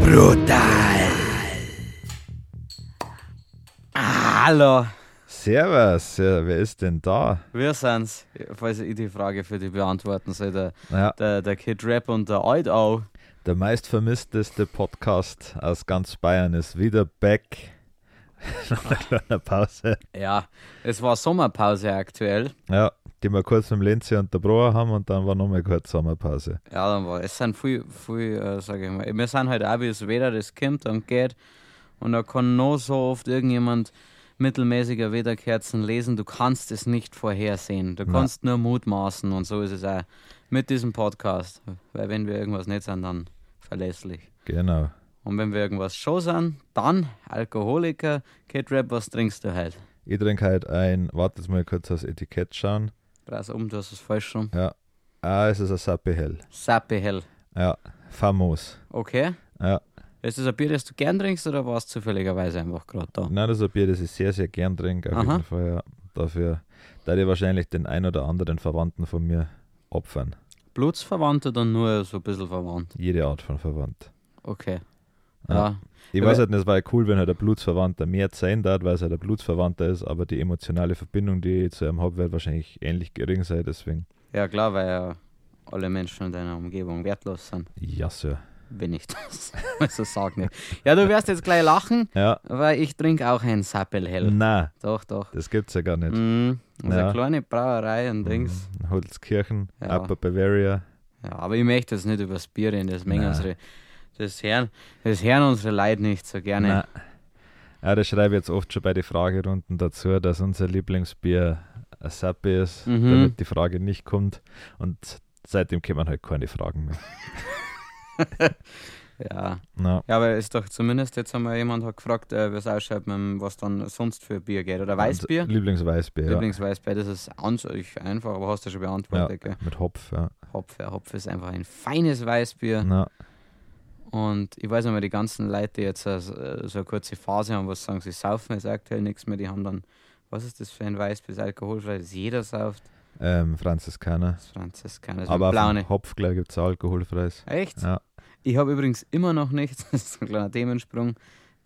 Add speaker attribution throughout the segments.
Speaker 1: Brutal. Hallo,
Speaker 2: Servus, ja, wer ist denn da?
Speaker 1: wir sind's. Falls ich die Frage für dich beantworten soll, der,
Speaker 2: Ja,
Speaker 1: der, der Kid Rap und der Altau.
Speaker 2: der meistvermissteste Podcast aus ganz Bayern ist wieder back. Nach einer kleinen Pause.
Speaker 1: Ja, es war Sommerpause aktuell.
Speaker 2: Ja, die wir kurz mit dem Lenzi und der Broer haben und dann war nochmal kurz Sommerpause.
Speaker 1: Ja, dann war es sind viel, viel äh, sage ich mal. Wir sind halt auch, wie das Wetter das kommt und geht. Und da kann nur so oft irgendjemand mittelmäßiger Wetterkerzen lesen. Du kannst es nicht vorhersehen. Du kannst nur mutmaßen und so ist es auch mit diesem Podcast. Weil wenn wir irgendwas nicht sind, dann verlässlich.
Speaker 2: Genau.
Speaker 1: Und wenn wir irgendwas schon sind, dann Alkoholiker, Kid Rap, was trinkst du halt?
Speaker 2: Ich trinke halt ein, warte jetzt mal kurz aufs Etikett schauen.
Speaker 1: Brass um, du hast es falsch schon.
Speaker 2: Ah, es ist ein Sappe Hell.
Speaker 1: Sappe hell.
Speaker 2: Ja, famos.
Speaker 1: Okay.
Speaker 2: Ja.
Speaker 1: Ist das ein Bier, das du gern trinkst oder war es zufälligerweise einfach gerade da?
Speaker 2: Nein, das ist ein Bier, das ich sehr, sehr gern trinke. Auf
Speaker 1: Aha.
Speaker 2: jeden Fall, ja. Dafür da ich wahrscheinlich den ein oder anderen Verwandten von mir opfern.
Speaker 1: Blutsverwandt oder nur so ein bisschen verwandt?
Speaker 2: Jede Art von Verwandt.
Speaker 1: Okay.
Speaker 2: Ja.
Speaker 1: Ja.
Speaker 2: Ich
Speaker 1: Ja,
Speaker 2: weiß
Speaker 1: weil-
Speaker 2: halt, nicht, es war ja cool, wenn halt der Blutsverwandter mehr sein darf, weil es halt der Blutsverwandter ist, aber die emotionale Verbindung, die ich zu ihm habe, wird wahrscheinlich ähnlich gering sein, deswegen.
Speaker 1: ja, klar, weil ja alle Menschen in deiner Umgebung wertlos sind,
Speaker 2: Ja, Sir.
Speaker 1: wenn ich das so sagen darf. Ja, du wirst jetzt gleich lachen,
Speaker 2: Ja.
Speaker 1: weil ich trinke auch ein Sappelhell.
Speaker 2: Na,
Speaker 1: Doch, doch.
Speaker 2: das gibt's Mhm. ja gar nicht.
Speaker 1: Mhm. Das ist
Speaker 2: Ja. Mhm.
Speaker 1: eine kleine Brauerei und Dings.
Speaker 2: Holzkirchen,
Speaker 1: Mm. Ja.
Speaker 2: Upper Bavaria.
Speaker 1: Ja, aber ich möchte jetzt nicht über das Bier reden, das mögen
Speaker 2: Nein.
Speaker 1: unsere, das hören, das hören unsere Leute nicht so gerne.
Speaker 2: Na. Ja, das schreibe ich jetzt oft schon bei den Fragerunden dazu, dass unser Lieblingsbier ein Sappi ist,
Speaker 1: Mhm.
Speaker 2: damit die Frage nicht kommt. Und seitdem kann man halt keine Fragen mehr.
Speaker 1: Ja.
Speaker 2: Na,
Speaker 1: ja, aber ist doch zumindest jetzt einmal jemand hat gefragt, äh, was ausschaut, mit dem- was dann sonst für Bier geht. Oder Weißbier?
Speaker 2: Und Lieblingsweißbier, ja.
Speaker 1: Lieblingsweißbier, das ist an sich einfach, aber hast du schon beantwortet. Gell?
Speaker 2: ja. Mit Hopf, ja.
Speaker 1: Hopfe, Hopfe ist einfach ein feines Weißbier.
Speaker 2: Na,
Speaker 1: Und ich weiß einmal, die ganzen Leute, die jetzt äh, so eine kurze Phase haben, was sagen, sie saufen jetzt aktuell nichts mehr, die haben dann, was ist das für ein Weißbier, das ist alkoholfrei, das jeder sauft.
Speaker 2: ähm, Franziskaner.
Speaker 1: Das Franziskaner, das
Speaker 2: Aber
Speaker 1: aber
Speaker 2: auf dem
Speaker 1: Blaune.
Speaker 2: Hopf, glaube ich, gibt es alkoholfreies.
Speaker 1: Echt?
Speaker 2: Ja.
Speaker 1: Ich habe übrigens immer noch nicht, das ist ein kleiner Themensprung,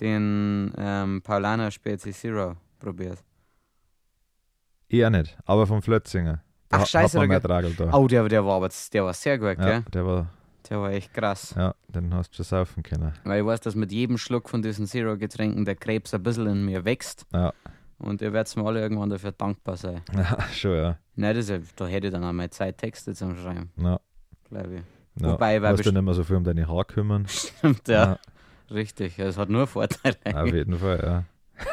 Speaker 1: den ähm, Paulaner Spezi Zero probiert.
Speaker 2: Ich auch nicht, aber vom Flötzinger.
Speaker 1: Ach,
Speaker 2: da
Speaker 1: scheiße, da
Speaker 2: hat man mehr da.
Speaker 1: Oh, der, der war aber der war sehr gut,
Speaker 2: ja,
Speaker 1: gell?
Speaker 2: der war,
Speaker 1: Der war echt krass.
Speaker 2: ja, den hast du schon saufen können.
Speaker 1: Weil ich weiß, dass mit jedem Schluck von diesen Zero-Getränken der Krebs ein bisschen in mir wächst.
Speaker 2: Ja.
Speaker 1: Und ihr werdet mir alle irgendwann dafür dankbar sein.
Speaker 2: Ja, schon, ja.
Speaker 1: Nein, das ist, ja- da hätte ich dann auch mal Zeit, Texte zum Schreiben,
Speaker 2: No,
Speaker 1: glaube ich.
Speaker 2: no.
Speaker 1: Wobei, weil
Speaker 2: Musst du nicht mehr so viel um deine Haare kümmern.
Speaker 1: Stimmt, ja. Richtig, es hat nur Vorteile.
Speaker 2: Ja, auf jeden Fall, ja.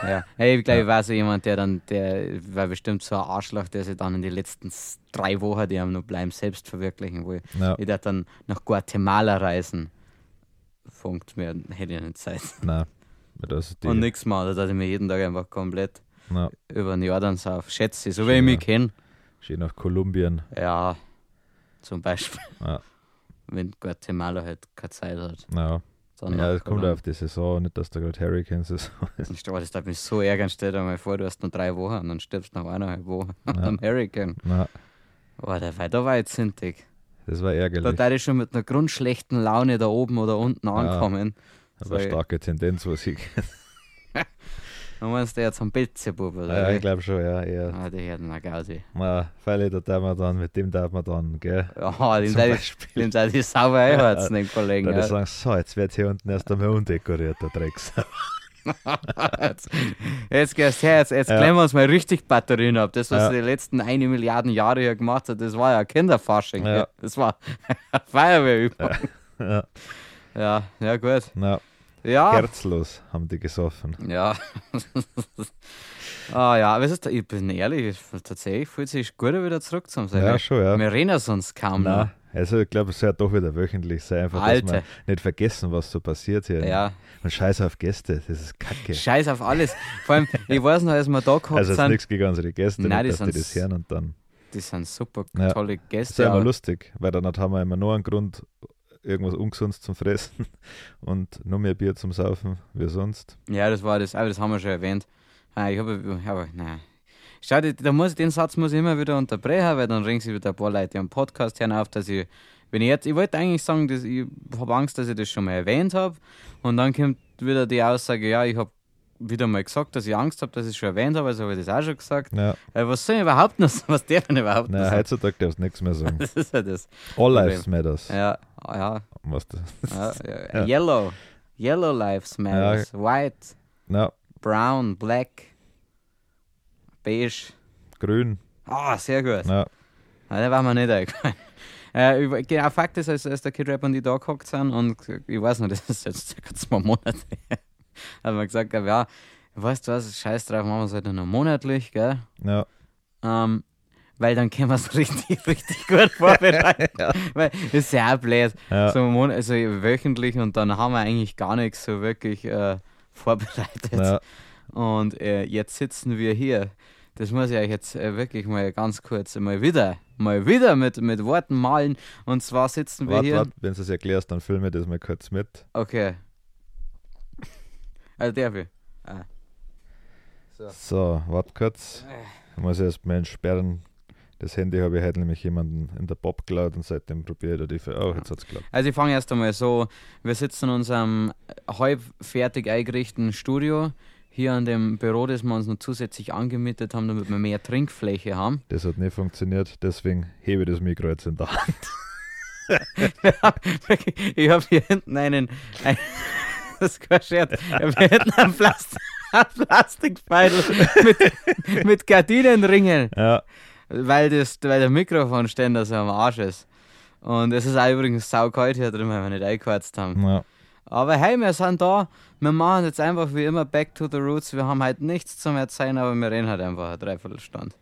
Speaker 1: Ja. Hey, ich glaube, ich war so jemand, der dann, der war bestimmt so ein Arschloch, der sich dann in den letzten s- drei Wochen, die haben noch bleiben, selbst verwirklichen will.
Speaker 2: No,
Speaker 1: Ich dachte dann nach Guatemala reisen. Funkt mir, hätte ich nicht Zeit.
Speaker 2: nein. Das ist die,
Speaker 1: Und nichts mehr, da dachte ich mir jeden Tag einfach komplett
Speaker 2: no.
Speaker 1: über den Jordan sauf. Schätze ich, so wie ich
Speaker 2: Schön,
Speaker 1: mich
Speaker 2: ja.
Speaker 1: kenne.
Speaker 2: Schön nach Kolumbien.
Speaker 1: Ja, zum Beispiel,
Speaker 2: Ja,
Speaker 1: wenn Guatemala halt keine Zeit hat.
Speaker 2: no.
Speaker 1: Dann
Speaker 2: ja es
Speaker 1: nach-
Speaker 2: kommt auf die Saison, nicht, dass da gerade Hurricanes ist.
Speaker 1: Ich glaube, das darf mich so ärgern. Stell dir mal vor, du hast nur drei Wochen und dann stirbst du nach eineinhalb Wochen am Hurricane.
Speaker 2: No,
Speaker 1: Boah, der war, da war jetzt hintig.
Speaker 2: das war
Speaker 1: Da
Speaker 2: ärgerlich.
Speaker 1: darf ich schon mit einer grundschlechten Laune da oben oder unten
Speaker 2: Ah.
Speaker 1: ankommen.
Speaker 2: Aber
Speaker 1: sag ich.
Speaker 2: starke Tendenz, was ich.
Speaker 1: Dann meinst du jetzt am Belzebub oder?
Speaker 2: Ja,
Speaker 1: wie?
Speaker 2: ich glaube schon, ja. ja.
Speaker 1: Ah, die hätten eine Gaudi.
Speaker 2: Na, Fälle, da darf man dann, mit dem darf man dann, gell?
Speaker 1: Ja, den
Speaker 2: Zum
Speaker 1: darf ich-
Speaker 2: Beispiel.
Speaker 1: den darf ich sauber einheizen, den
Speaker 2: Da
Speaker 1: Kollegen.
Speaker 2: die
Speaker 1: Ja.
Speaker 2: sagen, so, jetzt wird hier unten erst einmal undekoriert, der Drecks.
Speaker 1: Jetzt, jetzt gehst du her, jetzt, jetzt
Speaker 2: Ja.
Speaker 1: klemmen wir uns mal richtig Batterien ab. Das, was
Speaker 2: Ja.
Speaker 1: sie die letzten eine Milliarden Jahre hier gemacht hat, das war ja Kinderfasching.
Speaker 2: Ja.
Speaker 1: Ja. Das war eine Feuerwehrübung.
Speaker 2: ja,
Speaker 1: Ja. ja, gut.
Speaker 2: na, Ah.
Speaker 1: Ja.
Speaker 2: herzlos haben die gesoffen.
Speaker 1: Ja. ah ja, aber es ist, ich bin ehrlich, ich- tatsächlich fühlt sich gut wieder zurück zum Sein.
Speaker 2: Ja, schon, ja.
Speaker 1: Wir reden ja sonst kaum
Speaker 2: Na, also ich glaube, es wird doch wieder wöchentlich sein, einfach, dass
Speaker 1: Alter.
Speaker 2: wir nicht vergessen, was so passiert hier.
Speaker 1: noch. Ja.
Speaker 2: Und scheiß auf Gäste, das ist kacke.
Speaker 1: Scheiß auf alles. Vor allem, ich weiß noch, als wir da gehockt
Speaker 2: also jetzt
Speaker 1: sind,
Speaker 2: nichts gegen unsere Gäste,
Speaker 1: Nein, die
Speaker 2: nicht, dass die
Speaker 1: sind-
Speaker 2: das hören und dann.
Speaker 1: die sind super
Speaker 2: Ja.
Speaker 1: tolle
Speaker 2: Das ist
Speaker 1: Gäste.
Speaker 2: ja immer
Speaker 1: aber-
Speaker 2: lustig, weil dann hat- haben wir immer nur einen Grund, irgendwas Ungesundes zum Fressen und noch mehr Bier zum Saufen, wie sonst.
Speaker 1: Ja, das war das, aber das haben wir schon erwähnt. Ah, Ich habe, aber nein. Schau, die- da muss, den Satz muss ich immer wieder unterbrechen, weil dann ringen sich wieder ein paar Leute am Podcast hören auf, dass ich, wenn ich jetzt, ich wollte eigentlich sagen, dass ich habe Angst, dass ich das schon mal erwähnt habe und dann kommt wieder die Aussage, ja, ich habe wieder mal gesagt, dass ich Angst habe, dass ich es schon erwähnt habe, also habe ich das auch schon gesagt.
Speaker 2: Ja,
Speaker 1: Äh, was soll ich überhaupt noch, was darf ich überhaupt noch
Speaker 2: naja,
Speaker 1: sagen?
Speaker 2: heutzutage darfst du nichts mehr sagen.
Speaker 1: Das ist ja das.
Speaker 2: All Lives Matters. um
Speaker 1: Ja, ah, ja,
Speaker 2: Was das?
Speaker 1: ja, ja. Yellow. Yellow Lives Matter. White,
Speaker 2: Na,
Speaker 1: Brown, Black, Beige.
Speaker 2: grün.
Speaker 1: Ah, sehr gut.
Speaker 2: Na,
Speaker 1: Ah, Da war mir nicht eingefallen. Äh, über- genau, Fakt ist, als, als der Kid Rap und die da gehockt sind und ich weiß noch, das ist jetzt circa zwei Monate her, haben wir gesagt, gehabt, ja, weißt du was, scheiß drauf, machen wir es halt nur noch monatlich, gell?
Speaker 2: na.
Speaker 1: Ähm, weil dann können wir es richtig, richtig gut vorbereiten. Weil das ist ja auch blöd.
Speaker 2: Ja.
Speaker 1: So, mon- also wöchentlich und dann haben wir eigentlich gar nichts so wirklich äh, vorbereitet.
Speaker 2: na.
Speaker 1: Und äh, jetzt sitzen wir hier. Das muss ich euch jetzt äh, wirklich mal ganz kurz mal wieder, mal wieder mit, mit Worten malen. Und zwar sitzen wir
Speaker 2: Warte,
Speaker 1: hier.
Speaker 2: warte, wenn du es erklärst, dann filme ich das mal kurz mit.
Speaker 1: Okay. Also der will. Ah.
Speaker 2: So, warte kurz. Ich muss erst mal entsperren. Das Handy habe ich heute nämlich jemanden in der Bob geklaut und seitdem probiere ich da die Ver- Oh, jetzt hat es geklappt.
Speaker 1: Also ich fange erst einmal so. Wir sitzen in unserem äh, halb fertig eingerichteten Studio. Hier an dem Büro, das wir uns noch zusätzlich angemietet haben, damit wir mehr Trinkfläche haben.
Speaker 2: Das hat nicht funktioniert, deswegen hebe ich das Mikro jetzt in der Hand.
Speaker 1: ich habe hier hinten einen. Ein, das ist kein Scherz. Ich habe hier hinten einen, Plast einen Plastikpfeil mit, mit Gardinenringen,
Speaker 2: Ja,
Speaker 1: weil, das, weil der Mikrofonständer so am Arsch ist. Und es ist auch übrigens saukalt hier drin, weil wir nicht eingeheizt haben.
Speaker 2: na,
Speaker 1: Aber hey, wir sind da. Wir machen jetzt einfach wie immer back to the roots. Wir haben halt nichts zum Erzählen, aber wir reden halt einfach eine Dreiviertelstunde.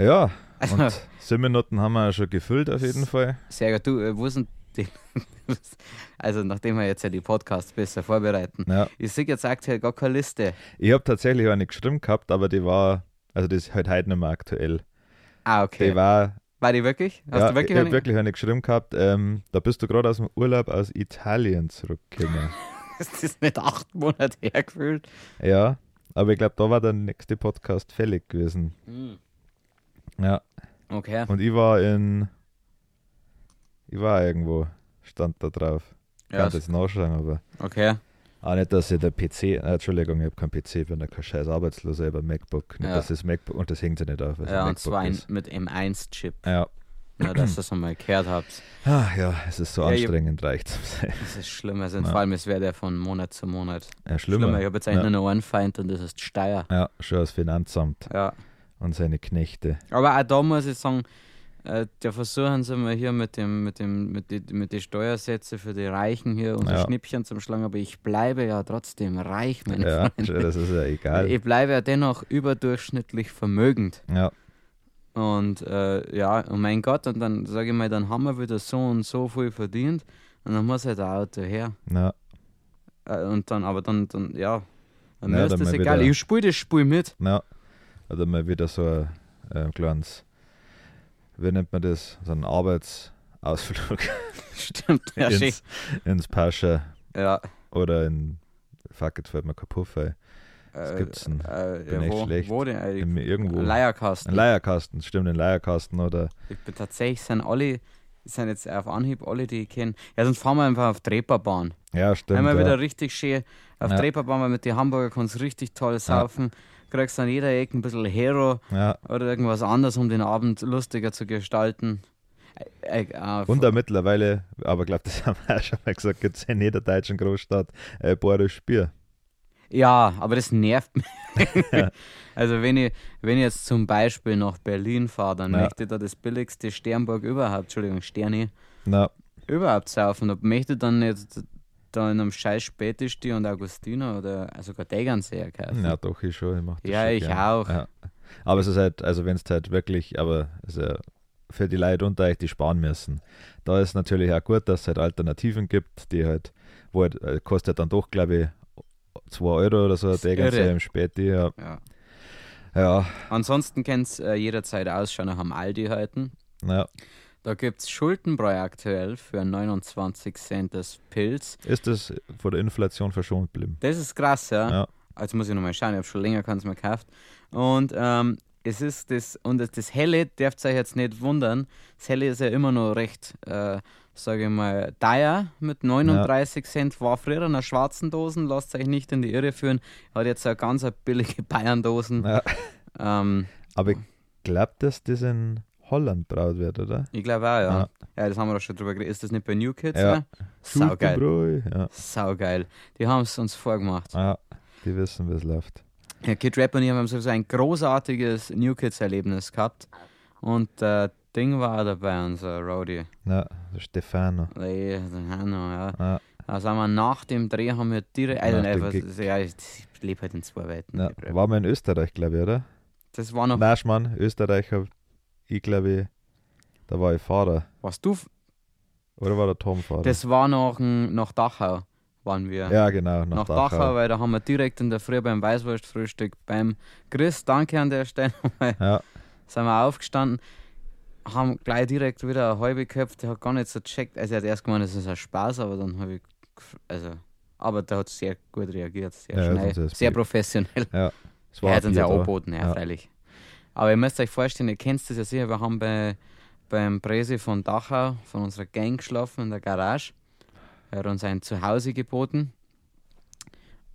Speaker 2: ja.
Speaker 1: Also,
Speaker 2: Und sieben Minuten haben wir ja schon gefüllt auf jeden Fall.
Speaker 1: sehr gut. Du, äh, wo sind die. Also, nachdem wir jetzt ja die Podcasts besser vorbereiten.
Speaker 2: Ja.
Speaker 1: Ich sehe jetzt aktuell gar keine Liste.
Speaker 2: Ich habe tatsächlich eine geschrieben gehabt, aber die war, also die ist halt heute nicht mehr aktuell.
Speaker 1: Ah, okay.
Speaker 2: Die
Speaker 1: war,
Speaker 2: war
Speaker 1: die wirklich? Hast
Speaker 2: ja,
Speaker 1: du wirklich?
Speaker 2: ich
Speaker 1: eine-
Speaker 2: habe wirklich eine geschrieben gehabt. Ähm, da bist du gerade aus dem Urlaub aus Italien zurückgekommen.
Speaker 1: Ist das nicht acht Monate her gefühlt?
Speaker 2: ja, aber ich glaube, da war der nächste Podcast fällig gewesen. Ja,
Speaker 1: Okay.
Speaker 2: und ich war in. Ich war irgendwo, stand da drauf. Ich
Speaker 1: Ja,
Speaker 2: kann das nachschauen, aber.
Speaker 1: okay.
Speaker 2: Auch nicht, dass ich der PC. äh, Entschuldigung, ich habe keinen PC, ich bin ja kein scheiß Arbeitsloser, ich habe ein MacBook. Nicht,
Speaker 1: Ja.
Speaker 2: dass das MacBook. Und das hängt ja nicht auf. was
Speaker 1: Ja,
Speaker 2: ein
Speaker 1: und
Speaker 2: MacBook
Speaker 1: zwar ein,
Speaker 2: ist.
Speaker 1: mit M1-Chip.
Speaker 2: Ja.
Speaker 1: Nur, dass ihr das einmal gehört habt.
Speaker 2: Ah, ja, es ist so
Speaker 1: Ja, ich-
Speaker 2: anstrengend, reicht es.
Speaker 1: Das ist schlimm. Also,
Speaker 2: Ja.
Speaker 1: vor allem, es wäre der von Monat zu Monat.
Speaker 2: Ja, schlimmer.
Speaker 1: Schlimmer. Ich habe jetzt eigentlich
Speaker 2: ja.
Speaker 1: nur einen Feind und das ist Steyr.
Speaker 2: ja, schon das Finanzamt
Speaker 1: Ja.
Speaker 2: und seine Knechte.
Speaker 1: Aber auch da muss ich sagen, äh, da versuchen sie mal hier mit dem, mit dem, mit die, mit den Steuersätze für die Reichen hier unser
Speaker 2: Ja.
Speaker 1: Schnippchen zum Schlagen, aber ich bleibe ja trotzdem reich, meine
Speaker 2: Ja,
Speaker 1: Freunde.
Speaker 2: das ist ja egal.
Speaker 1: Ich bleibe ja dennoch überdurchschnittlich vermögend.
Speaker 2: Ja,
Speaker 1: Und äh, ja, oh mein Gott, und dann sage ich mal, dann haben wir wieder so und so viel verdient. Und dann muss halt ein Auto her.
Speaker 2: na,
Speaker 1: Äh, und dann, aber dann, dann ja, dann
Speaker 2: Ja,
Speaker 1: mir
Speaker 2: dann
Speaker 1: ist das
Speaker 2: mal
Speaker 1: egal.
Speaker 2: wieder-
Speaker 1: Ich spiele das Spiel mit.
Speaker 2: na. Oder mal wieder so ein äh, kleines, wie nennt man das, so ein Arbeitsausflug
Speaker 1: Stimmt, ja, schön.
Speaker 2: ins, ins Pascha
Speaker 1: Ja,
Speaker 2: oder in, fuck, jetzt fällt mir kein Puff ein. Was gibt's denn?
Speaker 1: äh,
Speaker 2: Bin
Speaker 1: ja,
Speaker 2: echt
Speaker 1: wo,
Speaker 2: schlecht.
Speaker 1: wo denn? Äh,
Speaker 2: Im- Irgendwo.
Speaker 1: Leierkasten.
Speaker 2: Ein Leierkasten, stimmt, ein Leierkasten oder,
Speaker 1: Ich bin tatsächlich, sind alle, sind jetzt auf Anhieb alle, die ich kenne. Ja, sonst fahren wir einfach auf Treperbahn.
Speaker 2: ja, stimmt.
Speaker 1: Einmal
Speaker 2: ja.
Speaker 1: wieder richtig schön auf
Speaker 2: Ja.
Speaker 1: Treperbahn, weil mit den Hamburger kannst du richtig toll saufen. Kriegst an jeder Ecke ein bisschen Hero
Speaker 2: ja.
Speaker 1: oder irgendwas anderes, um den Abend lustiger zu gestalten. Äh, äh, äh,
Speaker 2: Und da mittlerweile, aber ich glaube, das haben wir auch schon mal gesagt, gibt es in jeder deutschen Großstadt äh, Borisch Bier.
Speaker 1: Ja, aber das nervt mich. also wenn ich, wenn ich jetzt zum Beispiel nach Berlin fahre, dann
Speaker 2: Ja.
Speaker 1: möchte ich da das billigste Sternburg überhaupt, Entschuldigung, Sterni,
Speaker 2: Na,
Speaker 1: überhaupt saufen. Ob möchte ich dann jetzt da in einem scheiß Spätisch die und Augustiner oder äh, sogar Tegernseher kaufen.
Speaker 2: Ja, doch, ich schon. Ich mach das
Speaker 1: Also Ja,
Speaker 2: schon
Speaker 1: ich
Speaker 2: gern.
Speaker 1: auch.
Speaker 2: Ja. Aber es ist halt, also wenn es halt wirklich, aber es ist ja für die Leute unter euch, die sparen müssen. Da ist natürlich auch gut, dass es halt Alternativen gibt, die halt, wo halt, äh, kostet dann doch, glaube ich, 2 Euro oder so,
Speaker 1: Ist
Speaker 2: der ganze
Speaker 1: irre.
Speaker 2: im Späti. Ja,
Speaker 1: Ja.
Speaker 2: ja,
Speaker 1: Ansonsten könnt ihr äh, jederzeit Ausschau nach am Aldi halten.
Speaker 2: ja,
Speaker 1: Da Da gibt es Schuldenbräu aktuell für 29 Cent das Pilz.
Speaker 2: Ist das vor der Inflation verschont geblieben?
Speaker 1: Das ist krass, ja.
Speaker 2: Ja.
Speaker 1: Jetzt muss ich nochmal schauen, ich habe schon länger keins mehr gekauft. Und ähm, es ist das, und das, das Helle dürft ihr euch jetzt nicht wundern. Das Helle ist ja immer noch recht, äh, sage ich mal, teuer mit 39 Cent. War früher in einer schwarzen Dosen, lasst euch nicht in die Irre führen. Hat jetzt eine ganz eine billige Bayern-Dosen.
Speaker 2: Ja.
Speaker 1: Ähm,
Speaker 2: Aber ich glaube, dass das in Holland braut wird, oder?
Speaker 1: ich glaube auch, ja. ja.
Speaker 2: Ja.
Speaker 1: das haben wir doch schon drüber geredet. Ist das nicht bei New Kids?
Speaker 2: Ja.
Speaker 1: Ne? Saugeil.
Speaker 2: Schuldenbräu, Ja.
Speaker 1: Saugeil. Die haben es uns vorgemacht.
Speaker 2: ja, die wissen, wie es läuft.
Speaker 1: Ja, Kid Rap und ich haben sowieso ein großartiges New Kids-Erlebnis gehabt. Und äh, Ding war auch dabei, unser Roadie.
Speaker 2: Ja, der Stefano. Ah.
Speaker 1: Ey, der Hanno, ja.
Speaker 2: Ja,
Speaker 1: Da sind wir nach dem Dreh, haben wir direkt. I
Speaker 2: Nach
Speaker 1: don't
Speaker 2: dem
Speaker 1: know, was,
Speaker 2: Gig.
Speaker 1: ist- ja, ich, ich lebe halt in zwei Welten.
Speaker 2: ja.
Speaker 1: Kid Rap.
Speaker 2: War mal in Österreich, glaube ich, oder?
Speaker 1: Das war noch.
Speaker 2: Naschmann, Österreich, hab ich glaube, da war ich Fahrer.
Speaker 1: Warst du? f-
Speaker 2: Oder war der Tom Fahrer?
Speaker 1: Das war noch ein- nach Dachau, waren wir.
Speaker 2: ja, genau, nach,
Speaker 1: Nach
Speaker 2: Dachau.
Speaker 1: Dachau, weil da haben wir direkt in der Früh beim Weißwurstfrühstück beim Chris, danke an der Stelle,
Speaker 2: Ja,
Speaker 1: sind wir aufgestanden, haben gleich direkt wieder eine halbe geköpft, der hat gar nicht so gecheckt. Also er hat erst gemeint, das ist ein Spaß, aber dann habe ich gef- also aber der hat sehr gut reagiert, sehr
Speaker 2: Ja,
Speaker 1: schnell,
Speaker 2: sonst ist es
Speaker 1: sehr
Speaker 2: blöd.
Speaker 1: professionell.
Speaker 2: es
Speaker 1: Er
Speaker 2: war
Speaker 1: hat uns ja
Speaker 2: Bier da.
Speaker 1: angeboten, ja,
Speaker 2: Ja.
Speaker 1: freilich. Aber ihr müsst euch vorstellen, ihr kennt das ja sicher, wir haben bei, beim Presi von Dachau, von unserer Gang geschlafen in der Garage. Er hat uns ein Zuhause geboten.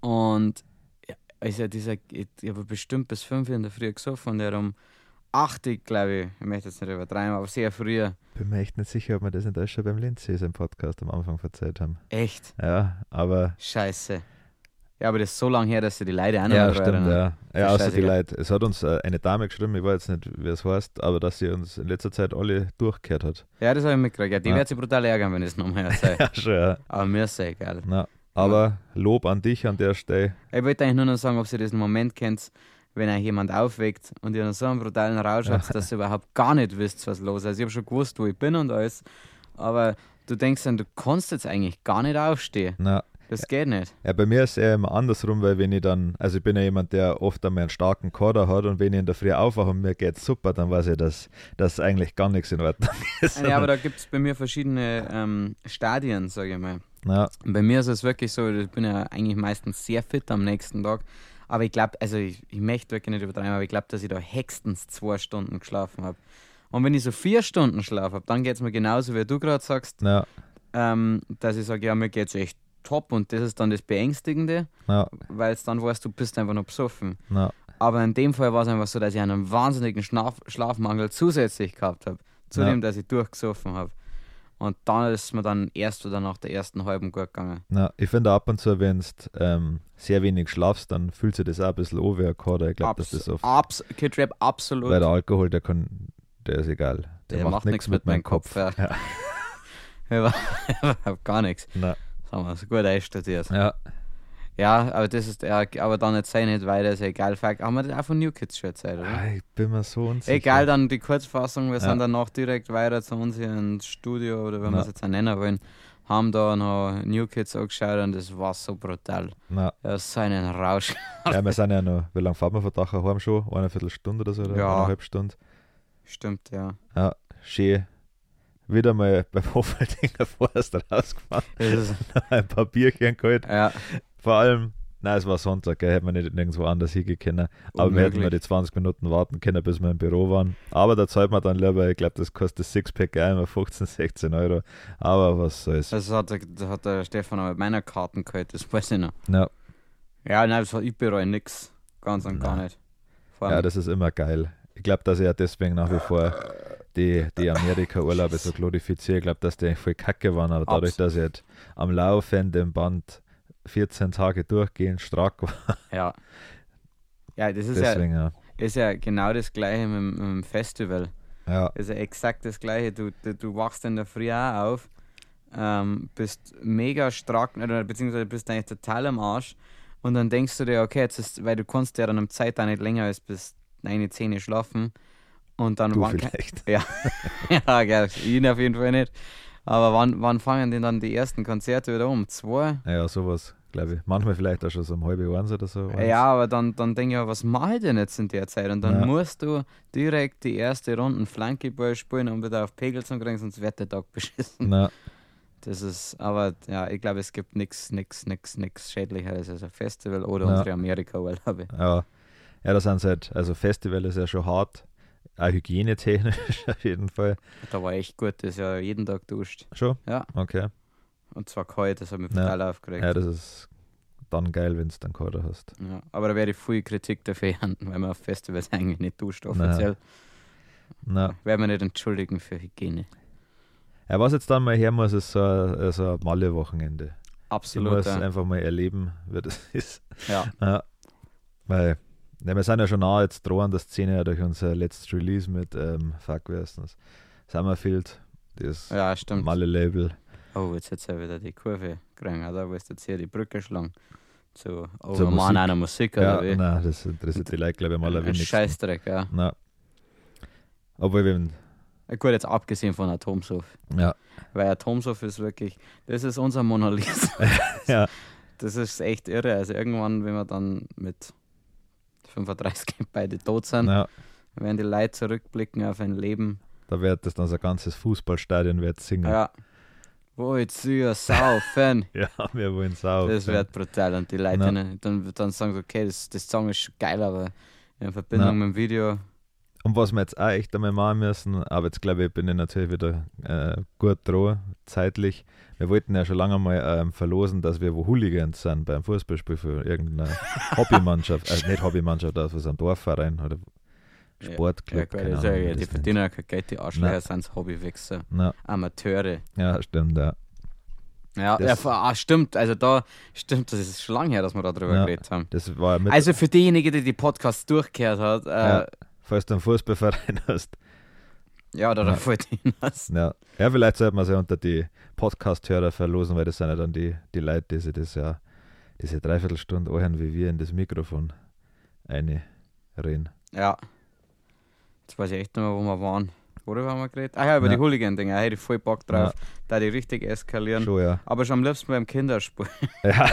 Speaker 1: Und ja, also dieser, ich, ich habe bestimmt bis 5 Uhr in der Früh gesoffen und er hat um 8 Uhr, glaube ich, ich möchte jetzt nicht übertreiben, aber sehr früh.
Speaker 2: Bin mir echt nicht sicher, ob wir das nicht alles schon beim Lindsay im Podcast am Anfang verzeiht haben.
Speaker 1: Echt,
Speaker 2: Ja, aber.
Speaker 1: scheiße. Ja, aber das ist so lange her, dass sie die Leute auch noch
Speaker 2: Ja,
Speaker 1: nicht erinnern.
Speaker 2: stimmt, ja. Ja,
Speaker 1: Das ist
Speaker 2: außer die
Speaker 1: scheißegal.
Speaker 2: Leute. Es hat uns äh, eine Dame geschrieben, ich weiß jetzt nicht, wer es heißt, aber dass sie uns in letzter Zeit alle durchgekehrt hat.
Speaker 1: Ja, das habe ich mitgekriegt. Ja, die
Speaker 2: Ja.
Speaker 1: wird sich brutal ärgern, wenn ich es nochmal erzähle.
Speaker 2: Ja, schon, ja.
Speaker 1: aber mir ist es egal.
Speaker 2: Na, aber Lob an dich an der Stelle.
Speaker 1: Ich wollte eigentlich nur noch sagen, ob ihr diesen Moment kennt, wenn euch jemand aufweckt und ihr noch so einen brutalen Rausch habt, dass ihr überhaupt gar nicht wisst, was los ist. Also Ich habe schon gewusst, wo ich bin und alles, aber du denkst dann, du kannst jetzt eigentlich gar nicht aufstehen.
Speaker 2: Na,
Speaker 1: Das geht nicht.
Speaker 2: Ja, bei mir ist es eher immer andersrum, weil wenn ich dann, also ich bin ja jemand, der oft einmal einen starken Kader hat und wenn ich in der Früh aufwache und mir geht's super, dann weiß ich, dass das eigentlich gar nichts in Ordnung ist.
Speaker 1: Ja, aber da gibt es bei mir verschiedene ähm, Stadien, sage ich mal.
Speaker 2: ja,
Speaker 1: Bei mir ist es wirklich so, ich bin ja eigentlich meistens sehr fit am nächsten Tag. Aber ich glaube, also ich, ich möchte wirklich nicht übertreiben, aber ich glaube, dass ich da höchstens zwei Stunden geschlafen habe. Und wenn ich so vier Stunden Schlaf habe, dann geht es mir genauso, wie du gerade sagst,
Speaker 2: ja,
Speaker 1: ähm, dass ich sage, ja, mir geht's echt top und das ist dann das Beängstigende,
Speaker 2: ja,
Speaker 1: weil es dann weißt, du bist einfach noch besoffen.
Speaker 2: ja,
Speaker 1: Aber in dem Fall war es einfach so, dass ich einen wahnsinnigen Schlaf Schlafmangel zusätzlich gehabt habe, zu
Speaker 2: Ja.
Speaker 1: dem, dass ich durchgesoffen habe. Und dann ist mir dann erst oder nach der ersten halben gut gegangen.
Speaker 2: ja. Ich finde ab und zu, wenn du ähm, sehr wenig schlafst, dann fühlt sich das auch ein bisschen an wie ein Kader. Ich glaube, dass das oft,
Speaker 1: abs Kid Rap absolut.
Speaker 2: weil der Alkohol, der kann, der ist egal. Der, macht, nichts mit, meinem Kopf. Ja.
Speaker 1: Ja. Überhaupt gar nichts.
Speaker 2: Na,
Speaker 1: Das haben wir uns gut einstudiert.
Speaker 2: ja,
Speaker 1: Ja, aber das ist, ja, aber dann erzähl nicht weiter, ist ja egal. Fuck, Haben wir das auch von New Kids schon erzählt, oder?
Speaker 2: Ah, ich bin mir so unsicher.
Speaker 1: Egal, dann die Kurzfassung. Wir
Speaker 2: Ja.
Speaker 1: sind danach direkt weiter zu uns hier ins Studio oder wenn wir
Speaker 2: Ja.
Speaker 1: es jetzt auch nennen wollen. Haben da noch New Kids angeschaut und das war so brutal.
Speaker 2: Na,
Speaker 1: Ja, so einen Rausch.
Speaker 2: ja, wir sind ja noch, wie lange fahren wir von Dachau heim schon? Eineinviertel Stunde oder so, oder
Speaker 1: Ja.
Speaker 2: eineinhalb Stunden.
Speaker 1: Stimmt, ja.
Speaker 2: Ja, schön. Wieder mal beim Hofaldinger Forst rausgefahren,
Speaker 1: Das ist,
Speaker 2: ein paar Bierchen geholt.
Speaker 1: ja,
Speaker 2: Vor allem, nein, es war Sonntag, gell, hätte man nicht nirgendwo anders hingehen können. Aber wir hätten mal die
Speaker 1: Unmöglich.
Speaker 2: 20 Minuten warten können, bis wir im Büro waren. Aber da zahlt man dann lieber, ich glaube, das kostet das Sixpack einmal 15, 16 Euro. Aber was soll's.
Speaker 1: das hat, der- das hat der Stefan auch mit meiner Karten gehört, das weiß ich noch.
Speaker 2: Ja,
Speaker 1: Ja, nein, das hat, ich bereue nichts. Ganz und gar
Speaker 2: Nein.
Speaker 1: nicht. Vor allem,
Speaker 2: ja, das ist immer geil. Ich glaube, dass ich ja deswegen nach wie vor die, die Amerika-Urlaube so glorifiziere. Ich glaube, dass die eigentlich voll kacke waren, aber dadurch, dass ich halt am laufenden Band 14 Tage durchgehend stark war,
Speaker 1: ja. Ja, das ist ja,
Speaker 2: deswegen ja.
Speaker 1: ist ja genau das gleiche mit, dem- mit dem Festival.
Speaker 2: Ja,
Speaker 1: Das ist ja exakt das Gleiche. Du, du, du wachst in der Früh auch auf, ähm, bist mega stark, oder beziehungsweise bist eigentlich total am Arsch. Und dann denkst du dir, okay, jetzt ist, weil du kannst ja dann am Zeit auch nicht länger als bis eine Zähne schlafen. Und dann
Speaker 2: du
Speaker 1: wann-
Speaker 2: vielleicht.
Speaker 1: ja, gell, ihn auf jeden Fall nicht. Aber wann, wann fangen denn dann die ersten Konzerte wieder um? Zwei?
Speaker 2: Ja, sowas. glaube ich. Manchmal vielleicht auch schon so um halbe Jahr oder so. war's.
Speaker 1: Ja, aber dann, dann denke ich, mir, was mache ich denn jetzt in der Zeit? Und dann
Speaker 2: Ja.
Speaker 1: musst du direkt die erste Runde einen Flankeball spielen, um wieder auf Pegel zu kriegen, sonst wird der Tag beschissen.
Speaker 2: Na,
Speaker 1: Das ist, aber ja, ich glaube, es gibt nichts, nichts, nichts, nichts Schädlicheres als ein Festival oder
Speaker 2: Ja.
Speaker 1: unsere Amerika-Urlaube.
Speaker 2: ja. ja, da sind sie halt, also Festival ist ja schon hart, auch hygienetechnisch auf jeden Fall.
Speaker 1: Da war echt gut, das ist ja jeden Tag duscht.
Speaker 2: Schon?
Speaker 1: Ja.
Speaker 2: Okay.
Speaker 1: Und zwar kalt, das hat mich
Speaker 2: Ja.
Speaker 1: total aufgeregt.
Speaker 2: Ja, das ist dann geil, wenn es dann Kader hast.
Speaker 1: Ja, aber da werde ich viel Kritik dafür haben, weil man auf Festivals eigentlich nicht duscht
Speaker 2: Nein.
Speaker 1: offiziell.
Speaker 2: Na,
Speaker 1: Werden wir nicht entschuldigen für Hygiene.
Speaker 2: ja, was jetzt dann mal her muss, ist so ein, so ein Malle-Wochenende. Ich
Speaker 1: Absolut.
Speaker 2: muss ähm,
Speaker 1: Ja.
Speaker 2: einfach mal erleben, wie das ist.
Speaker 1: Ja.
Speaker 2: Ja. Weil, ne, wir sind ja schon nah jetzt dran an der Szene ja durch unser letztes Release mit ähm, Fuck Westens. Summerfield, das
Speaker 1: ja, stimmt.
Speaker 2: malle Label.
Speaker 1: Oh, jetzt hat er wieder die Kurve gekriegt, oder? Wo ist jetzt hier die Brücke geschlagen? Zu oh,
Speaker 2: Zur
Speaker 1: Mann
Speaker 2: Musik.
Speaker 1: einer Musik,
Speaker 2: Ja,
Speaker 1: oder wie?
Speaker 2: nein, das interessiert die Leute, glaube ich, am
Speaker 1: Ein
Speaker 2: allerwenigsten.
Speaker 1: Scheißdreck, ja.
Speaker 2: Na. Obwohl, wenn,
Speaker 1: Gut, jetzt abgesehen von Atomsoft.
Speaker 2: ja,
Speaker 1: Weil Atomsoft ist wirklich, das ist unser Mona Lisa.
Speaker 2: Ja.
Speaker 1: Das ist echt irre. Also irgendwann, wenn wir dann mit 35 beide tot sind,
Speaker 2: na,
Speaker 1: werden die Leute zurückblicken auf ein Leben,
Speaker 2: da wird das dann so ein ganzes Fußballstadion wird singen.
Speaker 1: Ja. Wollt ihr saufen?
Speaker 2: Ja, wir wollen es auch.
Speaker 1: Das wird brutal. Und die Leute
Speaker 2: Ja.
Speaker 1: ne, dann, dann sagen sie, okay, das, das Song ist schon geil, aber in Verbindung
Speaker 2: Ja.
Speaker 1: mit dem Video.
Speaker 2: Und was wir jetzt auch echt einmal machen müssen, aber jetzt glaube ich, bin ich natürlich wieder äh, gut dran, zeitlich. Wir wollten ja schon lange mal ähm, verlosen, dass wir wo Hooligans sind beim Fußballspiel für irgendeine Hobbymannschaft, also nicht Hobbymannschaft, also so ein Dorfverein oder
Speaker 1: Ja,
Speaker 2: Sportclub.
Speaker 1: gut,
Speaker 2: keine
Speaker 1: ich
Speaker 2: Ahnung,
Speaker 1: sag,
Speaker 2: wie
Speaker 1: ja, die
Speaker 2: das nennt.
Speaker 1: verdienen ja kein Geld, die
Speaker 2: Nein.
Speaker 1: Arschlöcher sind Hobbywichser.
Speaker 2: Na,
Speaker 1: Amateure.
Speaker 2: ja, stimmt, ja.
Speaker 1: Ja,
Speaker 2: Das-
Speaker 1: ja vor- ah, stimmt. Also da stimmt, das ist schon lange her, dass wir darüber
Speaker 2: Ja.
Speaker 1: geredet haben.
Speaker 2: Das war mit,
Speaker 1: Also für diejenigen, die die Podcasts durchgehört hat, äh,
Speaker 2: Ja.
Speaker 1: ja.
Speaker 2: falls du einen Fußballverein hast.
Speaker 1: da
Speaker 2: Ja.
Speaker 1: ja. fällt ihnen was.
Speaker 2: Ja, ja vielleicht sollte man sie unter die Podcast-Hörer verlosen, weil das sind ja dann die, die Leute, die sich das ja, diese Dreiviertelstunde anhören, wie wir in das Mikrofon eine reden.
Speaker 1: Ja. Jetzt weiß ich echt nicht mehr, wo wir waren. Worüber haben wir geredet? Ah ja, über
Speaker 2: Ja.
Speaker 1: die Hooligan-Dinger. Hätte ich voll Bock drauf. Da die richtig eskalieren.
Speaker 2: Schon, ja.
Speaker 1: Aber schon am liebsten beim Kinderspiel.
Speaker 2: ja.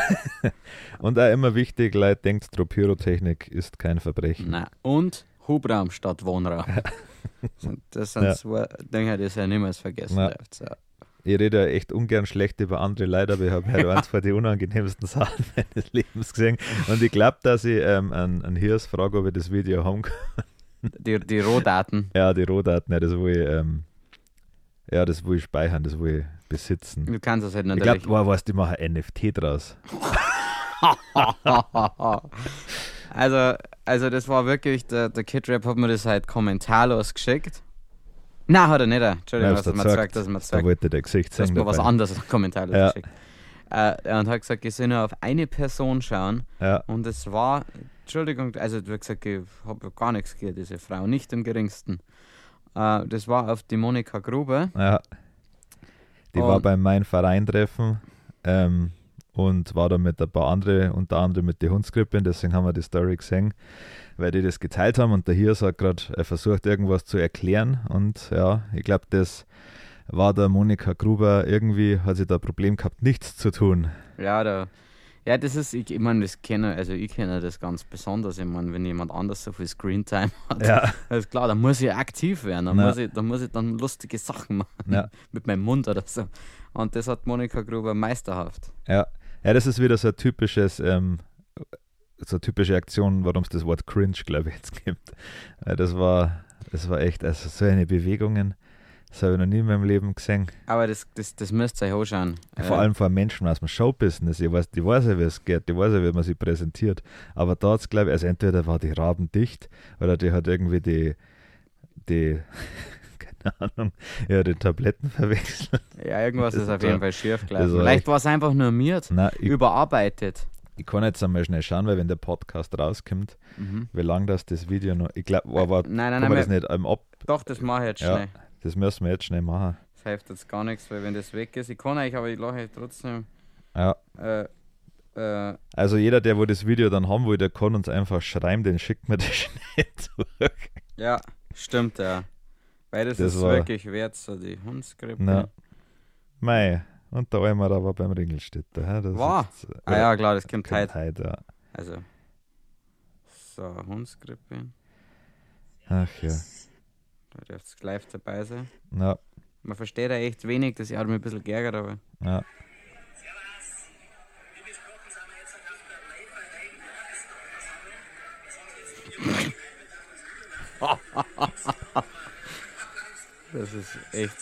Speaker 2: Und auch immer wichtig, Leute, denkt dran, Pyrotechnik ist kein Verbrechen.
Speaker 1: Nein. Und Hubraum statt Wohnraum. Das sind
Speaker 2: Ja.
Speaker 1: zwei Dinge, die ihr niemals vergessen
Speaker 2: Ja.
Speaker 1: dürft. So.
Speaker 2: Ich rede ja echt ungern schlecht über andere Leute, aber ich habe heute eins von den unangenehmsten Sachen meines Lebens gesehen. Und ich glaube, dass ich ähm, an, an Hirs frage, ob ich das Video haben kann.
Speaker 1: Die, die Rohdaten.
Speaker 2: Ja, die Rohdaten, ja, das will ich, ähm, ja, das will ich speichern, das will ich besitzen.
Speaker 1: Du kannst das halt
Speaker 2: Ich
Speaker 1: natürlich.
Speaker 2: glaube, wow, weißt du, ich mache ein NFT draus.
Speaker 1: also, also, das war wirklich, der, der Kid Rap hat mir das halt kommentarlos geschickt. Nein, hat er nicht. äh, Entschuldigung,
Speaker 2: Nein,
Speaker 1: was
Speaker 2: hab's
Speaker 1: ist mir
Speaker 2: gesagt.
Speaker 1: gesagt, das ist mir
Speaker 2: Da
Speaker 1: gesagt.
Speaker 2: wollte der Gesicht
Speaker 1: Du hast
Speaker 2: sehen.
Speaker 1: mir was
Speaker 2: dabei.
Speaker 1: anderes als Kommentare
Speaker 2: Ja.
Speaker 1: geschickt. Äh, und hat gesagt, ich soll nur auf eine Person schauen.
Speaker 2: Ja,
Speaker 1: Und es war, Entschuldigung, also wie gesagt, ich habe gar nichts gehört, diese Frau, nicht im geringsten. Äh, das war auf die Monika Gruber.
Speaker 2: ja. Die war
Speaker 1: Und-
Speaker 2: beim Mein Verein-Treffen ähm, und war da mit ein paar anderen, unter anderem mit der Hundskrippin, deswegen haben wir die Story gesehen, weil die das geteilt haben und der Hirs hat gerade äh, versucht, irgendwas zu erklären. Und ja, ich glaube, das war der Monika Gruber irgendwie, hat sie da ein Problem gehabt, nichts zu tun.
Speaker 1: Ja, da, ja das ist, ich, ich meine, das kenne, also ich kenne das ganz besonders. Ich meine, wenn jemand anders so viel Screentime hat,
Speaker 2: Ja,
Speaker 1: ist klar, dann muss ich aktiv werden. Dann
Speaker 2: Ja.
Speaker 1: muss, ich, dann muss ich dann lustige Sachen machen.
Speaker 2: Ja.
Speaker 1: Mit meinem Mund oder so. Und das hat Monika Gruber meisterhaft.
Speaker 2: Ja, ja das ist wieder so ein typisches, ähm, so eine typische Aktion, warum es das Wort cringe, glaube ich, jetzt gibt. Weil das war, das war echt, also so eine Bewegungen, das habe ich noch nie in meinem Leben gesehen.
Speaker 1: Aber das, das, das müsst ihr euch anschauen.
Speaker 2: Vor allem vor Menschen aus dem Showbusiness. Ich weiß, die weiß ja, wie es geht, die weiß ja, wie man sie präsentiert. Aber da hat's, glaube ich, also entweder war die Raben dicht oder die hat irgendwie die, die, keine Ahnung, ja, die Tabletten verwechselt.
Speaker 1: Ja, irgendwas
Speaker 2: Das
Speaker 1: ist
Speaker 2: ist
Speaker 1: auf jeden
Speaker 2: total-
Speaker 1: Fall schief
Speaker 2: das
Speaker 1: gelaufen.
Speaker 2: war
Speaker 1: Vielleicht
Speaker 2: echt-
Speaker 1: war es einfach nur mir
Speaker 2: Nein, ich,
Speaker 1: überarbeitet.
Speaker 2: ich kann jetzt einmal schnell schauen, weil wenn der Podcast rauskommt, wie lange das das Video noch. Ich glaube, war, war,
Speaker 1: Mhm. Nein, nein,
Speaker 2: kann
Speaker 1: nein,
Speaker 2: man das
Speaker 1: wir-
Speaker 2: nicht ähm, ab.
Speaker 1: doch, das mache ich jetzt
Speaker 2: Ja.
Speaker 1: schnell.
Speaker 2: Das müssen wir jetzt schnell machen.
Speaker 1: Das hilft jetzt gar nichts, weil wenn das weg ist, ich kann euch, aber ich lache euch trotzdem.
Speaker 2: Ja.
Speaker 1: Äh, äh,
Speaker 2: Also jeder, der wo das Video dann haben will, der kann uns einfach schreiben, den schickt mir das schnell zurück.
Speaker 1: ja, stimmt ja. Weil das,
Speaker 2: Das
Speaker 1: ist
Speaker 2: war-
Speaker 1: wirklich wert, so die Hundskrippe.
Speaker 2: Na. Mei, Und der Almer war beim Ringelstädter. hä? Das
Speaker 1: Wow.
Speaker 2: ist- äh,
Speaker 1: Ah ja, klar, das kommt
Speaker 2: kommt
Speaker 1: heute.
Speaker 2: heute, ja.
Speaker 1: Also. So, Hundskrippe.
Speaker 2: Ach ja.
Speaker 1: Da dürft ihr live dabei sein.
Speaker 2: Ja,
Speaker 1: Man versteht ja echt wenig, das hat mich ein bisschen geärgert, aber.
Speaker 2: ja.
Speaker 1: Das ist echt.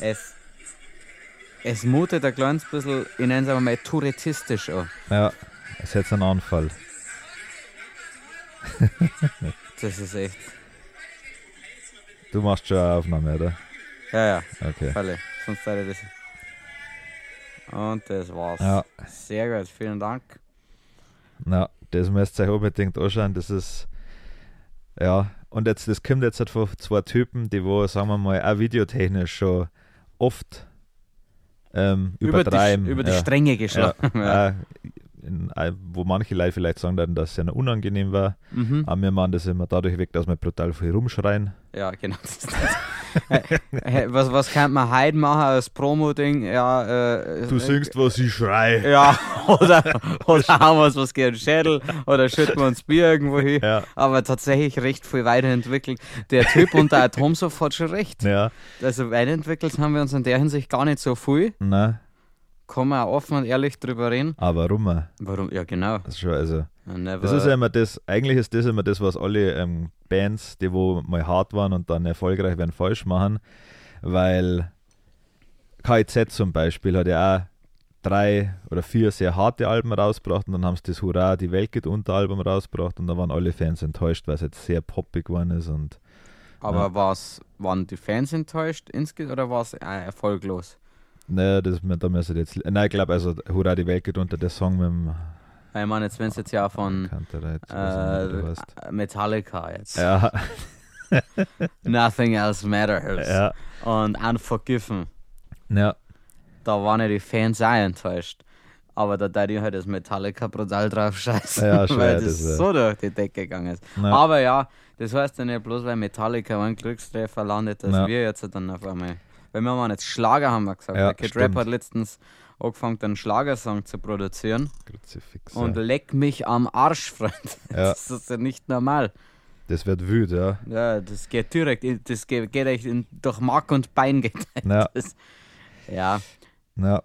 Speaker 1: Es, es mutet ein kleines bisschen, ich nenne es aber mal touretistisch an.
Speaker 2: Ja, es ist jetzt ein Anfall.
Speaker 1: Das ist echt.
Speaker 2: Du machst schon eine Aufnahme, oder?
Speaker 1: Ja, ja,
Speaker 2: Okay.
Speaker 1: alle. Sonst hätte ich das. Und das war's.
Speaker 2: Ja.
Speaker 1: Sehr gut, vielen Dank.
Speaker 2: Na, das müsst ihr euch unbedingt anschauen. Das ist. Ja, und jetzt, das kommt jetzt halt von zwei Typen, die wo, sagen wir mal, auch videotechnisch schon oft ähm, übertreiben.
Speaker 1: die, über die
Speaker 2: ja.
Speaker 1: Stränge geschlagen. Ja.
Speaker 2: Ja. Auch In, auch wo manche Leute vielleicht sagen, würden, dass es ja noch unangenehm war.
Speaker 1: Mhm.
Speaker 2: Aber wir machen das immer dadurch weg, dass wir brutal viel rumschreien.
Speaker 1: Ja, genau. Hey, was, was kann man heute machen als Promo-Ding? Ja, äh,
Speaker 2: Du singst, was ich schreie.
Speaker 1: Ja, oder, oder haben wir uns was gegen den Schädel oder schütten wir uns Bier irgendwo hin.
Speaker 2: Ja.
Speaker 1: Aber tatsächlich recht viel weiterentwickelt. Der Typ unter Atomsoft hat schon recht.
Speaker 2: Ja,
Speaker 1: Also weiterentwickelt haben wir uns in der Hinsicht gar nicht so viel.
Speaker 2: na,
Speaker 1: Kann man auch offen und ehrlich drüber reden.
Speaker 2: aber rummer.
Speaker 1: Warum? Ja, genau.
Speaker 2: Das ist schon, also.
Speaker 1: Never.
Speaker 2: Das ist ja immer das, eigentlich ist das immer das, was alle ähm, Bands, die wo mal hart waren und dann erfolgreich werden, falsch machen, weil KIZ zum Beispiel hat ja auch drei oder vier sehr harte Alben rausgebracht und dann haben sie das Hurra, die Welt geht unter Album rausgebracht und da waren alle Fans enttäuscht, weil es jetzt sehr poppig geworden ist und
Speaker 1: Aber was, waren die Fans enttäuscht insgesamt oder war es äh, erfolglos?
Speaker 2: naja, das, da müssen jetzt, nein, ich glaube, also Hurra, die Welt geht unter, der Song mit dem
Speaker 1: Ich meine, jetzt wenn es jetzt ja von
Speaker 2: Kantereit, was immer du
Speaker 1: äh,
Speaker 2: hast.
Speaker 1: Metallica jetzt.
Speaker 2: Ja,
Speaker 1: Nothing else matters.
Speaker 2: ja,
Speaker 1: Und Unforgiven.
Speaker 2: ja,
Speaker 1: da waren ja die Fans auch enttäuscht. Aber da da die halt das Metallica brutal drauf scheißen,
Speaker 2: Ja, schon,
Speaker 1: weil
Speaker 2: ja,
Speaker 1: das,
Speaker 2: das, ja.
Speaker 1: so durch die Decke gegangen ist.
Speaker 2: Ja.
Speaker 1: Aber ja, das heißt ja nicht bloß, weil Metallica einen Glückstreffer landet, dass
Speaker 2: Ja.
Speaker 1: wir jetzt halt dann auf einmal. Weil wir waren jetzt Schlager, haben wir gesagt.
Speaker 2: Ja,
Speaker 1: der Kid Rap
Speaker 2: stimmt.
Speaker 1: hat letztens angefangen, einen Schlagersong zu produzieren.
Speaker 2: Kruzifix.
Speaker 1: Und
Speaker 2: ja.
Speaker 1: leck mich am Arsch, Freund.
Speaker 2: Ja.
Speaker 1: Das ist ja nicht normal.
Speaker 2: Das wird wüt, ja.
Speaker 1: Ja, das geht direkt, in- das geht, geht echt in, durch Mark und Bein. Geht.
Speaker 2: Ja,
Speaker 1: Das, ja.
Speaker 2: ja.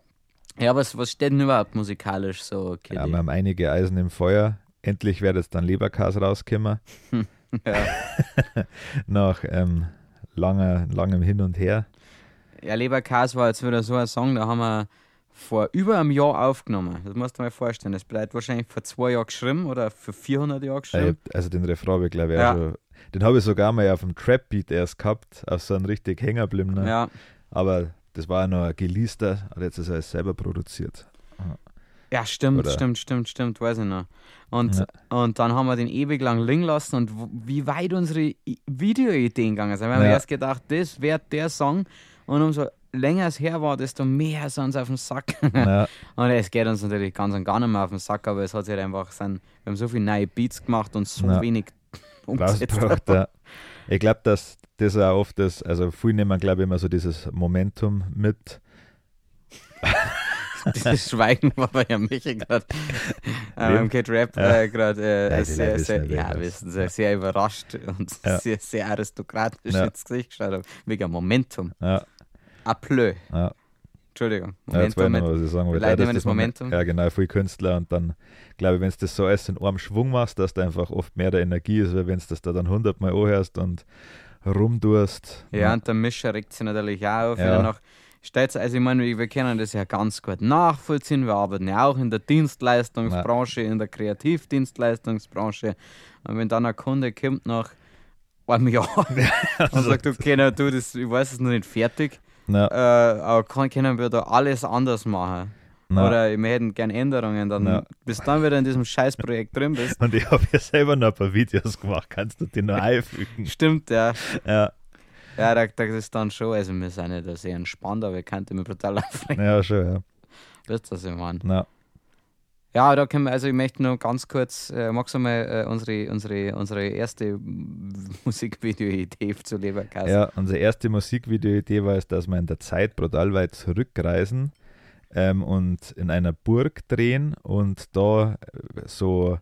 Speaker 1: Ja, aber was was steht denn überhaupt musikalisch so, Kitty?
Speaker 2: ja wir haben einige Eisen im Feuer. Endlich wird jetzt dann Leberkas rauskommen.
Speaker 1: ja.
Speaker 2: Nach ähm, langer, langem Hin und Her.
Speaker 1: ja, Leberkas war jetzt wieder so ein Song, da haben wir vor über einem Jahr aufgenommen. Das musst du dir mal vorstellen. Das bleibt wahrscheinlich vor zwei Jahren geschrieben oder für 400 Jahre
Speaker 2: Äh,
Speaker 1: geschrieben.
Speaker 2: Also den Refrain habe ich glaube ich
Speaker 1: Ja.
Speaker 2: auch schon. Den habe ich sogar mal auf dem Trap-Beat erst gehabt, auf so einen richtig Hängerblimmner.
Speaker 1: Ja,
Speaker 2: Aber das war ja noch ein geleaster, und jetzt ist er selber produziert.
Speaker 1: ja stimmt,
Speaker 2: Oder-
Speaker 1: stimmt, stimmt, stimmt, weiß ich noch. Und,
Speaker 2: Ja.
Speaker 1: und dann haben wir den ewig lang liegen lassen und w- wie weit unsere I- Videoideen gegangen sind. Wir haben
Speaker 2: Ja.
Speaker 1: erst gedacht, das wäre der Song und umso länger es her war, desto mehr sind uns auf den Sack.
Speaker 2: Ja,
Speaker 1: Und Ah, es geht uns natürlich ganz und gar nicht mehr auf den Sack, aber es hat sich halt einfach sein, wir haben so viele neue Beats gemacht und so
Speaker 2: Ja.
Speaker 1: wenig umgesetzt.
Speaker 2: rausgebracht. Ja. Ich glaube, dass das auch oft ist, also viele nehmen glaube ich immer so dieses Momentum mit.
Speaker 1: Dieses Schweigen war bei Herrn Michi gerade äh, beim Kid Rap äh, gerade
Speaker 2: Ja,
Speaker 1: äh,
Speaker 2: die Leute
Speaker 1: sehr,
Speaker 2: wissen
Speaker 1: sehr,
Speaker 2: ja, wer
Speaker 1: ja,
Speaker 2: das
Speaker 1: wissen Sie, sehr überrascht und
Speaker 2: Ja.
Speaker 1: sehr, sehr aristokratisch
Speaker 2: Ja.
Speaker 1: ins Gesicht geschaut haben. Wegen Momentum.
Speaker 2: Ja,
Speaker 1: Aplö.
Speaker 2: ja.
Speaker 1: Entschuldigung.
Speaker 2: Ja, jetzt weiß ich
Speaker 1: Momentum.
Speaker 2: noch, was ich sagen wollte.
Speaker 1: Leute
Speaker 2: Ja, dass
Speaker 1: nehmen das
Speaker 2: Moment-
Speaker 1: Momentum.
Speaker 2: Ja, genau, viel Künstler. Und dann, glaube ich, wenn du das so alles in einem Schwung machst, dass du einfach oft mehr der Energie ist, weil wenn du das da dann hundertmal anhörst und rumdurst.
Speaker 1: Ja, und der Mischer regt sich natürlich auch auf.
Speaker 2: Ja.
Speaker 1: Ja. Noch, stellt's, also ich meine, wir wir können das ja ganz gut nachvollziehen. Wir arbeiten ja auch in der Dienstleistungsbranche, in der Kreativdienstleistungsbranche. Und wenn dann ein Kunde kommt nach einem Jahr und sagt, du, Kenner, du das, ich weiß es noch nicht fertig,
Speaker 2: na,
Speaker 1: äh, aber kann, können wir da alles anders machen.
Speaker 2: na.
Speaker 1: Oder wir hätten gern Änderungen, dann
Speaker 2: Ja.
Speaker 1: bis dann wieder in diesem Scheißprojekt drin bist.
Speaker 2: Und ich habe ja selber noch ein paar Videos gemacht. Kannst du die noch einfügen?
Speaker 1: Stimmt, ja.
Speaker 2: ja,
Speaker 1: Ja, da, das ist dann schon, also wir sind ja da sehr entspannt, aber ich könnte mich brutal aufregen.
Speaker 2: ja, schon, ja.
Speaker 1: Wisst ihr, was ich meine?
Speaker 2: Na,
Speaker 1: Ja, da können wir, also ich möchte nur ganz kurz, äh, magst du mal äh, unsere, unsere, unsere erste Musikvideo-Idee zu Leverkasten?
Speaker 2: Ja, unsere erste Musikvideo-Idee war es, dass wir in der Zeit brutal weit zurückreisen ähm, und in einer Burg drehen und da äh, so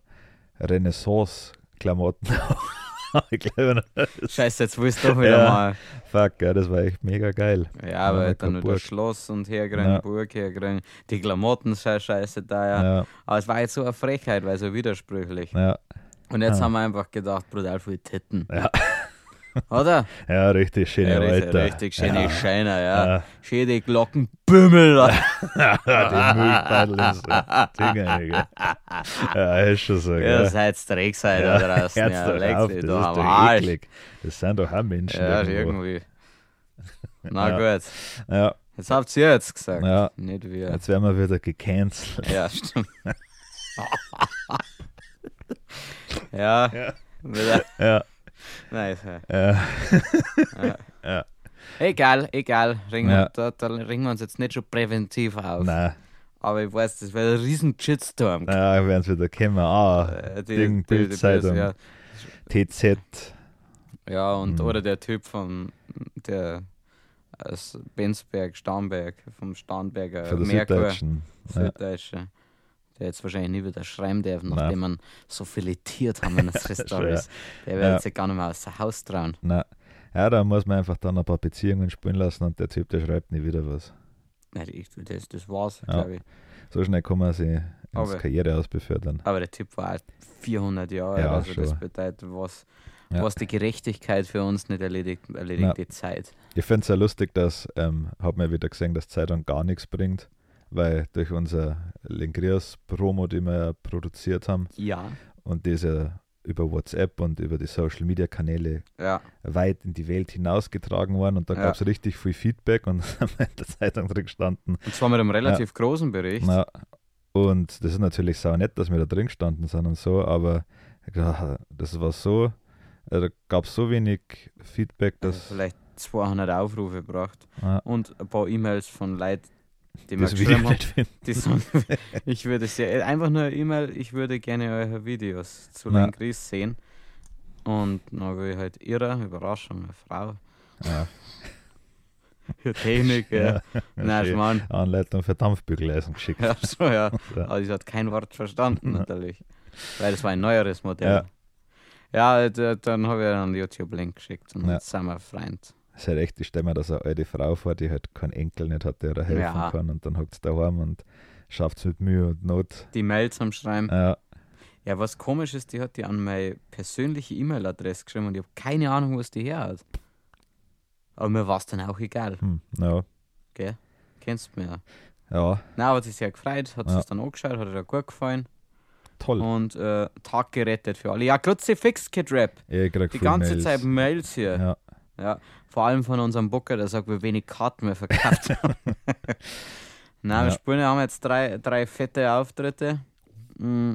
Speaker 2: Renaissance-Klamotten aufkleiden.
Speaker 1: Scheiße, jetzt willst du doch wieder
Speaker 2: Ja.
Speaker 1: mal.
Speaker 2: Fuck, ja, das war echt mega geil.
Speaker 1: Ja, aber
Speaker 2: Ja,
Speaker 1: dann nur
Speaker 2: Burg.
Speaker 1: das Schloss und herkriegen,
Speaker 2: Ja.
Speaker 1: Burg herkriegen, die Klamotten sind scheiße da ja.
Speaker 2: Ja,
Speaker 1: Aber es war jetzt so eine Frechheit, weil so widersprüchlich.
Speaker 2: ja,
Speaker 1: Und jetzt
Speaker 2: Ja.
Speaker 1: haben wir einfach gedacht, brutal viel Titten.
Speaker 2: Ja.
Speaker 1: Oder?
Speaker 2: ja, richtig schöne
Speaker 1: richtig,
Speaker 2: Walter.
Speaker 1: richtig schöne Scheiner, ja.
Speaker 2: Ja.
Speaker 1: Schöne Glockenbümmel.
Speaker 2: die Müllbeutel ist so Dinger, Digga. Ja, ist schon so,
Speaker 1: Ihr
Speaker 2: gell?
Speaker 1: seid Dreckseid da draußen.
Speaker 2: Hört's
Speaker 1: Ja,
Speaker 2: doch
Speaker 1: leckt
Speaker 2: auf,
Speaker 1: euch
Speaker 2: das
Speaker 1: doch
Speaker 2: ist
Speaker 1: am
Speaker 2: doch
Speaker 1: Arsch.
Speaker 2: eklig. Das sind doch auch Menschen.
Speaker 1: Ja,
Speaker 2: irgendwo.
Speaker 1: irgendwie. Na gut.
Speaker 2: Ja,
Speaker 1: Jetzt habt ihr jetzt gesagt.
Speaker 2: Ja.
Speaker 1: Nicht wir.
Speaker 2: jetzt werden wir wieder gecancelt.
Speaker 1: Ja, stimmt. ja. Wieder.
Speaker 2: Ja,
Speaker 1: Nein, so.
Speaker 2: ja,
Speaker 1: Egal, egal. Ringen
Speaker 2: Ja.
Speaker 1: wir, da, da ringen wir uns jetzt nicht schon präventiv auf.
Speaker 2: nein,
Speaker 1: Aber ich weiß, das wäre ein riesen Shitstorm.
Speaker 2: ja, werden es wieder kommen. Ah,
Speaker 1: Äh, die-
Speaker 2: Ding,
Speaker 1: die- die-
Speaker 2: Bildzeitung,
Speaker 1: Ja,
Speaker 2: TZ.
Speaker 1: ja und,
Speaker 2: Mhm.
Speaker 1: oder der Typ von der aus Bensberg, Starnberg, vom Starnberger
Speaker 2: Für das
Speaker 1: Äh, Merkur.
Speaker 2: Süddeutschen. Ja.
Speaker 1: Süddeutsche. Der jetzt äh, wahrscheinlich nie wieder schreiben darf,
Speaker 2: Nein.
Speaker 1: nachdem man so filetiert haben in unsere Stories. Der
Speaker 2: Ja.
Speaker 1: wird sich gar nicht mehr aus dem Haus trauen.
Speaker 2: Nein. Ja, da muss man einfach dann ein paar Beziehungen spielen lassen und der Typ, der schreibt nie wieder was.
Speaker 1: Nein, ich, das, das war's, glaube ich.
Speaker 2: So schnell kann man sie ins
Speaker 1: Aber-
Speaker 2: Karriere ausbefördern.
Speaker 1: Aber der Typ war halt 400 Jahre alt.
Speaker 2: Ja,
Speaker 1: also das
Speaker 2: schon.
Speaker 1: bedeutet, was,
Speaker 2: Ja.
Speaker 1: was die Gerechtigkeit für uns nicht erledigt, erledigt
Speaker 2: Ja.
Speaker 1: die Zeit.
Speaker 2: Ich finde es ja lustig, dass, ähm, hab mir wieder gesehen, dass Zeitung gar nichts bringt, weil durch unser Lingrias-Promo, die wir ja produziert haben,
Speaker 1: Ja.
Speaker 2: und die ist ja über WhatsApp und über die Social Media Kanäle
Speaker 1: Ja,
Speaker 2: weit in die Welt hinausgetragen worden und da
Speaker 1: Ja.
Speaker 2: gab es richtig viel Feedback und da haben wir in der Zeitung drin gestanden.
Speaker 1: und zwar mit einem relativ großen Bericht.
Speaker 2: Na, und das ist natürlich sau nett, dass wir da drin gestanden sind und so, aber ja, das war so, äh, da gab es so wenig Feedback,
Speaker 1: Also
Speaker 2: dass
Speaker 1: vielleicht 200 Aufrufe gebracht
Speaker 2: ja,
Speaker 1: und ein paar E-Mails von Leuten, die mir
Speaker 2: das Video
Speaker 1: geschrieben haben.
Speaker 2: nicht finden.
Speaker 1: Die sagen, ich würde sehr, äh, einfach nur eine E-Mail, ich würde gerne eure Videos zu
Speaker 2: Na.
Speaker 1: Linkris sehen. Und dann will ich halt ihre Überraschung, eine Frau,
Speaker 2: Ja,
Speaker 1: ihre Technik, ja. Nein,
Speaker 2: schön.
Speaker 1: ich meine,
Speaker 2: Anleitung für Dampfbügeleisen geschickt.
Speaker 1: ja, so, ja.
Speaker 2: Ja.
Speaker 1: Aber sie hat kein Wort verstanden,
Speaker 2: Na.
Speaker 1: natürlich. Weil das war ein neueres Modell. Ja, d- dann habe ich ihr einen YouTube-Link geschickt und
Speaker 2: Ja.
Speaker 1: jetzt sind wir Freund.
Speaker 2: ist halt echt, ich stelle mir da so eine alte Frau vor, die halt keinen Enkel nicht hat, der ihr helfen
Speaker 1: Ja.
Speaker 2: kann und dann hockt sie daheim und schafft es mit Mühe und Not.
Speaker 1: Die Mails am Schreiben.
Speaker 2: Ja,
Speaker 1: Ja, was komisch ist, die hat die an meine persönliche E-Mail-Adresse geschrieben und ich habe keine Ahnung, was die her hat. Aber mir war es dann auch egal.
Speaker 2: hm, ja,
Speaker 1: Kennst du mich ja.
Speaker 2: ja,
Speaker 1: Nein, aber sie ist sehr gefreut, hat
Speaker 2: Ja.
Speaker 1: es dann angeschaut, hat ihr da gut gefallen
Speaker 2: toll.
Speaker 1: und äh, Tag gerettet für alle. Ja, Glutze fix, Kid Rap.
Speaker 2: ich krieg
Speaker 1: Die
Speaker 2: viel
Speaker 1: ganze
Speaker 2: Mails.
Speaker 1: Zeit Mails hier.
Speaker 2: Ja.
Speaker 1: Ja, vor allem von unserem Booker, der sagt, wir wenig Karten mehr verkauft haben. Nein,
Speaker 2: Ja.
Speaker 1: wir spielen, haben jetzt drei, drei fette Auftritte. Mm,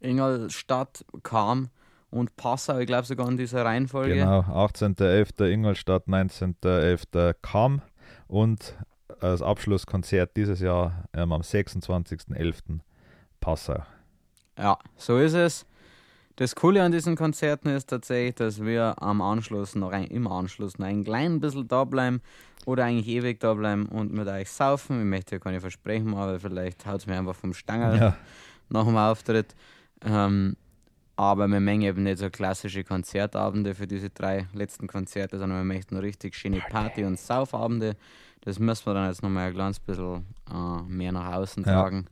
Speaker 1: Ingolstadt kam und Passau, ich glaube sogar in dieser Reihenfolge.
Speaker 2: Genau, 18.11. Ingolstadt, 19.11. Kam und als Abschlusskonzert dieses Jahr ähm, am 26.11. Passau.
Speaker 1: Ja, so ist es. Das Coole an diesen Konzerten ist tatsächlich, dass wir am Anschluss noch ein, im Anschluss noch ein klein bisschen da bleiben oder eigentlich ewig da bleiben und mit euch saufen. Ich möchte ja keine Versprechen, aber vielleicht haut es mir einfach vom Stangerl
Speaker 2: Ja,
Speaker 1: nach dem Auftritt. Ähm, aber wir mengen eben nicht so klassische Konzertabende für diese drei letzten Konzerte, sondern wir möchten richtig schöne Party- und Saufabende. Das müssen wir dann jetzt nochmal ein kleines bisschen äh, mehr nach außen
Speaker 2: Ja.
Speaker 1: tragen.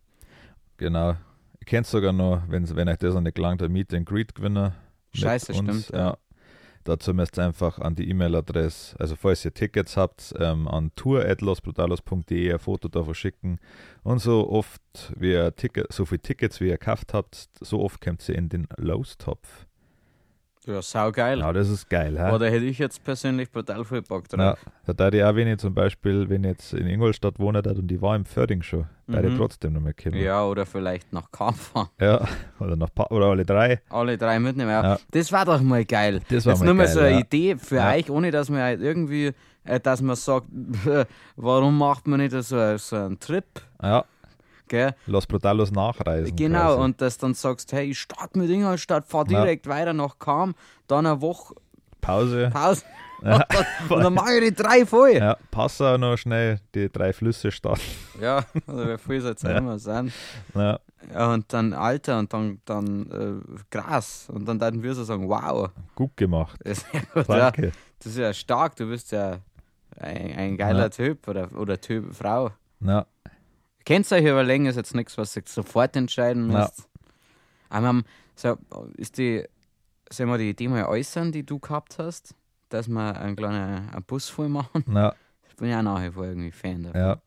Speaker 2: genau. Ihr kennt sogar noch, wenn's, wenn euch das noch nicht gelangt, der Meet and Greet Gewinner. mit
Speaker 1: Scheiße,
Speaker 2: uns,
Speaker 1: stimmt.
Speaker 2: Ja. Dazu müsst ihr einfach an die E-Mail-Adresse, also falls ihr Tickets habt, ähm, an tour.losbrutalos.de ein Foto davon schicken. Und so oft wie ihr Ticket, so viele Tickets wie ihr gekauft habt, so oft kommt ihr in den Los-Topf.
Speaker 1: Ja, saugeil.
Speaker 2: Genau, das ist geil, hä?
Speaker 1: Oder hätte ich jetzt persönlich brutal viel Bock
Speaker 2: Ja,
Speaker 1: drauf.
Speaker 2: da darf ich auch, wenn ich zum Beispiel, wenn ich jetzt in Ingolstadt wohne hat und die war im Förding schon, da mhm.
Speaker 1: Mhm.
Speaker 2: ich trotzdem noch mal kommen.
Speaker 1: Ja, oder vielleicht nach Kamp fahren.
Speaker 2: Ja, oder noch pa oder alle drei.
Speaker 1: Alle drei mitnehmen. Ja.
Speaker 2: Ja.
Speaker 1: Das war doch mal geil.
Speaker 2: Das war
Speaker 1: jetzt
Speaker 2: mal
Speaker 1: nur mal
Speaker 2: geil,
Speaker 1: so eine
Speaker 2: ja.
Speaker 1: Idee für
Speaker 2: Ja.
Speaker 1: euch, ohne dass man halt irgendwie, äh, dass man sagt, warum macht man nicht so, so einen Trip?
Speaker 2: Ja,
Speaker 1: Gell?
Speaker 2: Los Brutalos nachreisen.
Speaker 1: Genau,
Speaker 2: quasi.
Speaker 1: und dass dann sagst, hey, ich starte mit Ingolstadt, fahr direkt weiter nach Kam, dann eine Woche
Speaker 2: Pause.
Speaker 1: Pause. und dann mache ich die drei voll.
Speaker 2: Ja, Passau noch schnell die drei Flüsse starten.
Speaker 1: Ja, also wie viel soll es ja. immer sein?
Speaker 2: Ja,
Speaker 1: Ja, und dann Alter und dann, dann äh, Gras. Und dann würden wir so sagen, wow.
Speaker 2: gut gemacht.
Speaker 1: Das ist, ja, gut, ja,
Speaker 2: Danke.
Speaker 1: das ist ja stark, du bist ja ein, ein geiler
Speaker 2: Ja.
Speaker 1: Typ oder, oder Typ Frau.
Speaker 2: Ja,
Speaker 1: Könnt ihr euch überlegen, ist jetzt nichts, was ihr sofort entscheiden
Speaker 2: Ja.
Speaker 1: müsst. Aber ähm, so, ist die, soll man die Idee mal äußern, die du gehabt hast, dass wir einen kleinen einen Bus voll machen?
Speaker 2: ja,
Speaker 1: Ich bin ja auch nach wie vor irgendwie Fan davon.
Speaker 2: ja.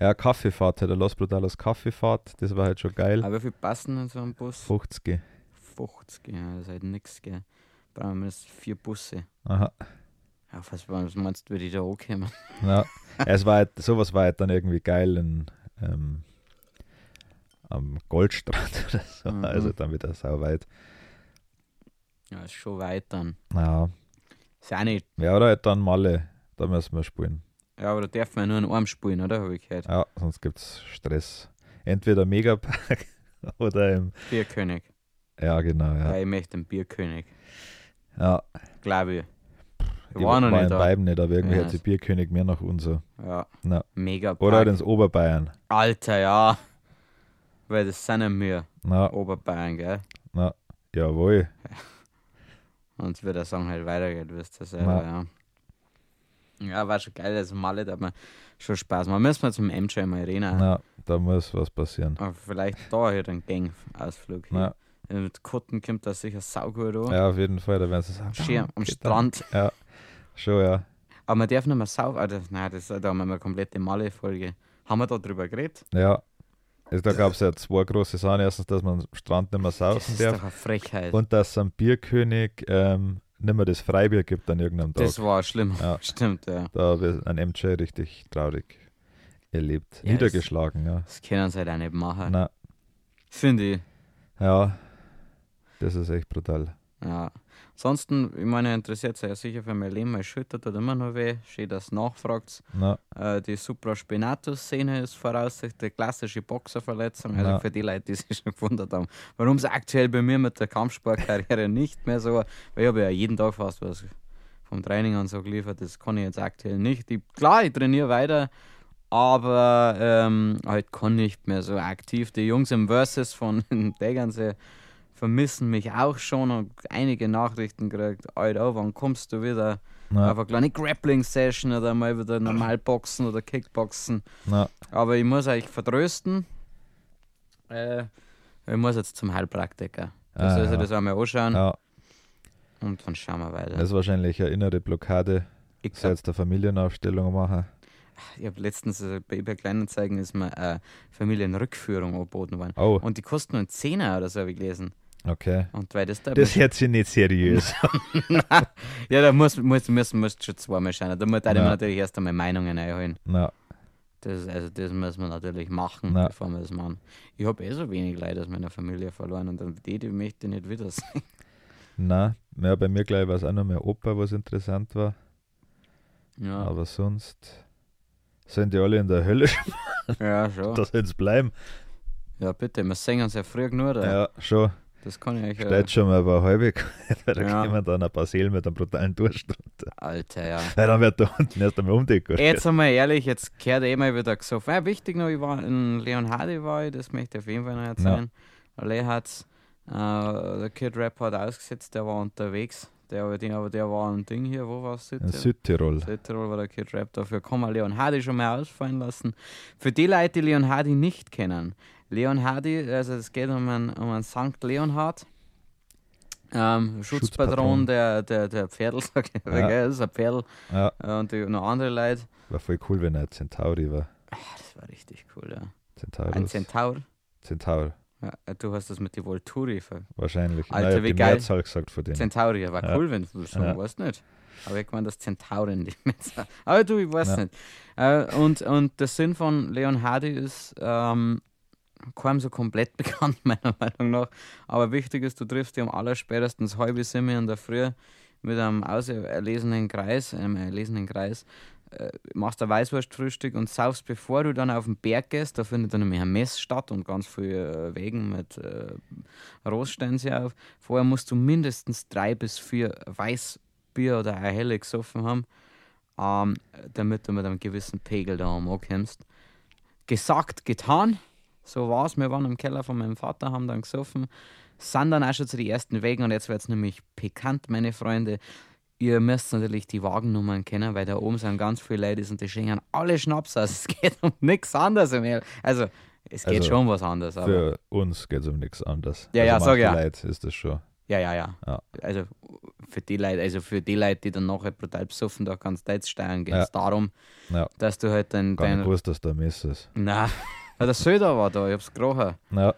Speaker 2: Ja, Kaffeefahrt, halt, der Los Brutalos Kaffeefahrt, das war halt schon geil.
Speaker 1: Aber wie viel passen in so einem Bus?
Speaker 2: 50.
Speaker 1: 50, ja, das ist halt nichts, gell. Brauchen wir mindestens vier Busse.
Speaker 2: Aha.
Speaker 1: Ja, was was meinst du, würde ich da ankommen?
Speaker 2: Ja. es war halt, sowas war halt dann irgendwie geil in, ähm, am Goldstrand oder so.
Speaker 1: Mhm.
Speaker 2: Also dann wieder sau weit.
Speaker 1: Ja, ist schon weit dann.
Speaker 2: Ja.
Speaker 1: Ist ja auch nicht.
Speaker 2: ja, oder halt dann Malle, da müssen wir spielen.
Speaker 1: Ja, aber da darf man nur einen Arm spielen, oder? Habe ich gehört.
Speaker 2: Ja, sonst gibt es Stress. Entweder Megapark oder im.
Speaker 1: Bierkönig.
Speaker 2: Ja, genau,
Speaker 1: Ja.
Speaker 2: ja.
Speaker 1: ich möchte einen Bierkönig.
Speaker 2: ja
Speaker 1: Glaube ich. Ich
Speaker 2: die
Speaker 1: war noch
Speaker 2: in
Speaker 1: nicht da.
Speaker 2: beiden nicht, aber irgendwie
Speaker 1: Ja,
Speaker 2: hat
Speaker 1: das-
Speaker 2: sich Bierkönig mehr nach uns. so.
Speaker 1: Ja.
Speaker 2: Na.
Speaker 1: Mega
Speaker 2: Oder halt
Speaker 1: Park.
Speaker 2: ins Oberbayern.
Speaker 1: Alter, ja. Weil das sind ja wir.
Speaker 2: Na,
Speaker 1: Oberbayern, gell?
Speaker 2: jawohl.
Speaker 1: Und wie der Song halt weitergeht, wisst ihr selber, ja. Ja, war schon geil, das Malle hat mir schon Spaß. Man müssen wir zum MGM Arena.
Speaker 2: Na, da muss was passieren.
Speaker 1: Aber vielleicht da hier ein Gang-Ausflug. hin. Äh,
Speaker 2: Na,
Speaker 1: Mit Kutten kommt das sicher saugut an.
Speaker 2: ja, auf jeden Fall, da werden sie sagen.
Speaker 1: Schön am
Speaker 2: geht
Speaker 1: Strand.
Speaker 2: da. Ja, schon, ja.
Speaker 1: Aber man darf nicht mehr saufen. Also, nein, das, da haben wir eine komplette Malle-Folge. Haben wir da drüber geredet?
Speaker 2: Ja. Also, da gab es ja zwei große Sachen. Erstens, dass man am Strand nicht mehr
Speaker 1: Das
Speaker 2: saufen
Speaker 1: ist
Speaker 2: darf.
Speaker 1: doch eine Frechheit.
Speaker 2: Und dass es am Bierkönig ähm, nicht mehr das Freibier gibt an irgendeinem Tag.
Speaker 1: das war schlimm.
Speaker 2: Ja.
Speaker 1: Stimmt, ja.
Speaker 2: Da habe ich an MJ richtig traurig erlebt.
Speaker 1: Ja,
Speaker 2: Niedergeschlagen, ja.
Speaker 1: Das können sie halt auch nicht machen.
Speaker 2: Na,
Speaker 1: Finde ich.
Speaker 2: ja. Das ist echt brutal.
Speaker 1: Ja. Ansonsten, ich meine, interessiert sich ja sicher für mein Leben. Mein Schulter tut immer noch weh. Schön, dass ihr nachfragt.
Speaker 2: Na,
Speaker 1: Äh, die Supraspinatus-Szene ist voraussichtlich die klassische Boxerverletzung. Also
Speaker 2: Ja.
Speaker 1: für die Leute, die sich schon gewundert haben, warum es aktuell bei mir mit der Kampfsportkarriere nicht mehr so war. Weil ich habe ja jeden Tag fast was vom Training und so geliefert. Das kann ich jetzt aktuell nicht. Ich, klar, ich trainiere weiter, aber ähm, halt kann nicht mehr so aktiv. Die Jungs im Versus von Tegernsee vermissen mich auch schon und einige Nachrichten gekriegt. Alter, wann kommst du wieder?
Speaker 2: na,
Speaker 1: Einfach kleine Grappling-Session oder mal wieder normal boxen oder Kickboxen.
Speaker 2: na.
Speaker 1: Aber ich muss euch vertrösten. Äh, ich muss jetzt zum Heilpraktiker. Da
Speaker 2: Ah,
Speaker 1: soll
Speaker 2: ja.
Speaker 1: sich das einmal anschauen
Speaker 2: Ja,
Speaker 1: und dann schauen wir weiter.
Speaker 2: das ist wahrscheinlich eine innere Blockade.
Speaker 1: ich glaub,
Speaker 2: Selbst der Familienaufstellung machen.
Speaker 1: ich habe letztens äh, bei eBay Kleinanzeigen ist mir äh, Familienrückführung angeboten worden.
Speaker 2: Oh,
Speaker 1: Und die kosten nur einen Zehner oder so, habe ich gelesen.
Speaker 2: okay.
Speaker 1: Und weil das da.
Speaker 2: Das jetzt hier nicht seriös.
Speaker 1: ja, da muss, muss, muss, muss schon zweimal schauen. Da muss ich
Speaker 2: Ja.
Speaker 1: mir natürlich erst einmal Meinungen einholen.
Speaker 2: na,
Speaker 1: Das, also das müssen wir natürlich machen,
Speaker 2: Na.
Speaker 1: bevor wir das machen. Ich habe eh so wenig Leute aus meiner Familie verloren und dann die, die möchte ich nicht wiedersehen.
Speaker 2: na. Ja, bei mir gleich war es auch noch mehr Opa, was interessant war.
Speaker 1: Ja,
Speaker 2: Aber sonst sind die alle in der Hölle.
Speaker 1: Ah. ja schon.
Speaker 2: Da sollen sie bleiben.
Speaker 1: Ja, bitte, wir singen uns ja früh genug. Da.
Speaker 2: Ja, schon.
Speaker 1: Das kann ich euch.
Speaker 2: Steht
Speaker 1: Äh,
Speaker 2: schon mal bei halbig. da
Speaker 1: Ja.
Speaker 2: kommen dann ein paar Seelen mit einem brutalen Durchstand.
Speaker 1: Alter, ja.
Speaker 2: Weil dann wird da unten erst einmal umdekoriert.
Speaker 1: Jetzt einmal ehrlich, jetzt gehört eh mal wieder gesoffen. Ja, wichtig noch, ich war in Leon Hardy, war ich, das möchte ich auf jeden Fall noch erzählen. Ja. Le hat äh, der Kid Rap hat ausgesetzt, der war unterwegs. Der, aber der, aber der war ein Ding hier, wo warst du?
Speaker 2: In Südtirol.
Speaker 1: Südtirol war der Kid Rap. Dafür kann man Leon Hardy schon mal ausfallen lassen. Für die Leute, die Leon Hardy nicht kennen, Leon Hardy, also es geht um einen, um einen St. Leonhard, ähm, Schutzpatron
Speaker 2: Schutzpatron.
Speaker 1: der, der, der Pferdl, sag ich mal,
Speaker 2: Ja.
Speaker 1: gell? Das ist ein Pferdl
Speaker 2: Ja,
Speaker 1: äh, und die, noch andere Leute. Ah,
Speaker 2: war voll cool, wenn er ein Centauri war.
Speaker 1: Das war richtig cool, ja. Ein
Speaker 2: Centaurus.
Speaker 1: Zentaur.
Speaker 2: Centaur,
Speaker 1: Ja, du hast das mit die Volturi ver
Speaker 2: wahrscheinlich.
Speaker 1: Alter,
Speaker 2: Nein, ich hab
Speaker 1: wie
Speaker 2: die
Speaker 1: geil.
Speaker 2: Mehrzahl gesagt von denen.
Speaker 1: Centauri, war
Speaker 2: Ja.
Speaker 1: cool, wenn du so
Speaker 2: Ja.
Speaker 1: weißt nicht. Aber ich meine, das Zentauren die Messer. Aber du, ich weiß
Speaker 2: Ja.
Speaker 1: nicht. Äh, und, und der Sinn von Leon Hardy ist ähm, kaum so komplett bekannt, meiner Meinung nach. Aber wichtig ist, du triffst die am allerspätestens halbe Simme in der Früh mit einem auserlesenen Kreis, einem erlesenen Kreis, äh, machst ein Weißwurstfrühstück und saufst, bevor du dann auf den Berg gehst. Da findet dann nämlich ein Mess statt und ganz viele äh, Wegen mit äh, Roststeinen sie auf. Vorher musst du mindestens drei bis vier Weißbier oder ein Helle gesoffen haben, ähm, damit du mit einem gewissen Pegel da ankommst. Gesagt, getan. So war's. Wir waren im Keller von meinem Vater, haben dann gesoffen, sind dann auch schon zu den ersten Wegen und jetzt wird's nämlich pikant, meine Freunde. Ihr müsst natürlich die Wagennummern kennen, weil da oben sind ganz viele Leute und die schenken alle Schnaps aus. Es geht um nichts anderes. Im Ehr- also, es geht
Speaker 2: Also,
Speaker 1: schon was anderes. Aber
Speaker 2: Für uns geht es um nichts anderes.
Speaker 1: Ja, ja,
Speaker 2: also
Speaker 1: sag
Speaker 2: manche
Speaker 1: ja.
Speaker 2: Leute ist das schon.
Speaker 1: Ja, ja, ja,
Speaker 2: Ja.
Speaker 1: Also für die Leute, also für die Leute, die dann nachher brutal besoffen, da kannst du jetzt steuern gehen.
Speaker 2: Ja.
Speaker 1: Es darum,
Speaker 2: Ja.
Speaker 1: dass du halt dein.
Speaker 2: Gar nicht
Speaker 1: dein
Speaker 2: gewusst, dass da Mist ist.
Speaker 1: Nein, ja, der Söder war da, ich hab's gerochen.
Speaker 2: Ja,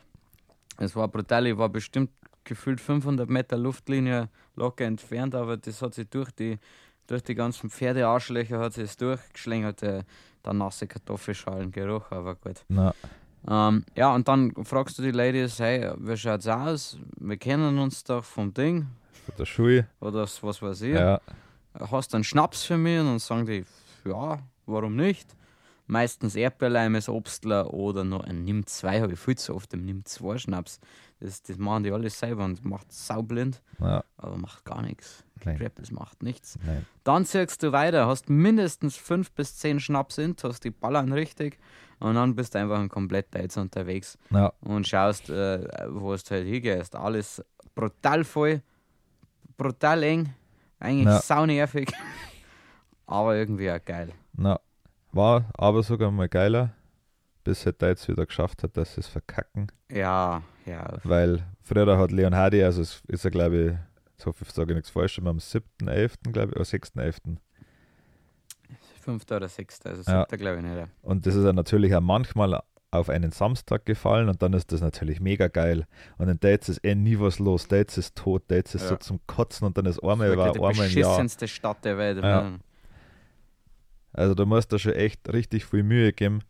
Speaker 1: Es war brutal, ich war bestimmt gefühlt 500 Meter Luftlinie locker entfernt, aber das hat sich durch die, durch die ganzen Pferdearschlöcher hat sich es durchgeschlängelt, der, der nasse Kartoffelschalengeruch, aber gut.
Speaker 2: na,
Speaker 1: Ähm, ja, und dann fragst du die Ladies, hey, wie schaut's aus? Wir kennen uns doch vom Ding
Speaker 2: für der Schule.
Speaker 1: oder s- was weiß ich.
Speaker 2: Ja,
Speaker 1: Hast du einen Schnaps für mich? Und dann sagen die, ja, warum nicht? Meistens Erdbeerleimes, Obstler oder noch ein Nimm 2, habe ich viel zu oft im Nimm 2 Schnaps. Das, das machen die alle selber und macht saublind,
Speaker 2: ja,
Speaker 1: aber macht gar nichts.
Speaker 2: nein,
Speaker 1: Rap, das macht nichts.
Speaker 2: nein.
Speaker 1: Dann zirkst du weiter, hast mindestens fünf bis zehn Schnaps in, hast die ballern richtig und dann bist du einfach ein komplett Dates unterwegs
Speaker 2: Ja,
Speaker 1: und schaust, äh, wo es halt hingehst. Alles brutal voll, brutal eng, eigentlich
Speaker 2: Ja.
Speaker 1: saunervig, aber irgendwie auch geil.
Speaker 2: na. War aber sogar mal geiler, bis halt da jetzt wieder geschafft hat, dass sie es verkacken.
Speaker 1: Ja, ja.
Speaker 2: Weil früher hat Leon Hardy, also es ist er glaube ich, ich hoffe, ich sage nichts falsch, aber am 7.11. glaube ich, oder 6.11.
Speaker 1: Fünfter oder sechster, also
Speaker 2: Ja.
Speaker 1: siebter glaube ich nicht.
Speaker 2: Und das ist ja natürlich auch manchmal auf einen Samstag gefallen und dann ist das natürlich mega geil. Und in Dates ist eh nie was los. Dates ist tot, Dates ist
Speaker 1: Ja.
Speaker 2: so zum Kotzen und dann ist einmal, war
Speaker 1: Wirklich die
Speaker 2: einmal im Jahr.
Speaker 1: beschissenste Stadt der Welt.
Speaker 2: Ja.
Speaker 1: ne?
Speaker 2: Also du musst da schon echt richtig viel Mühe geben,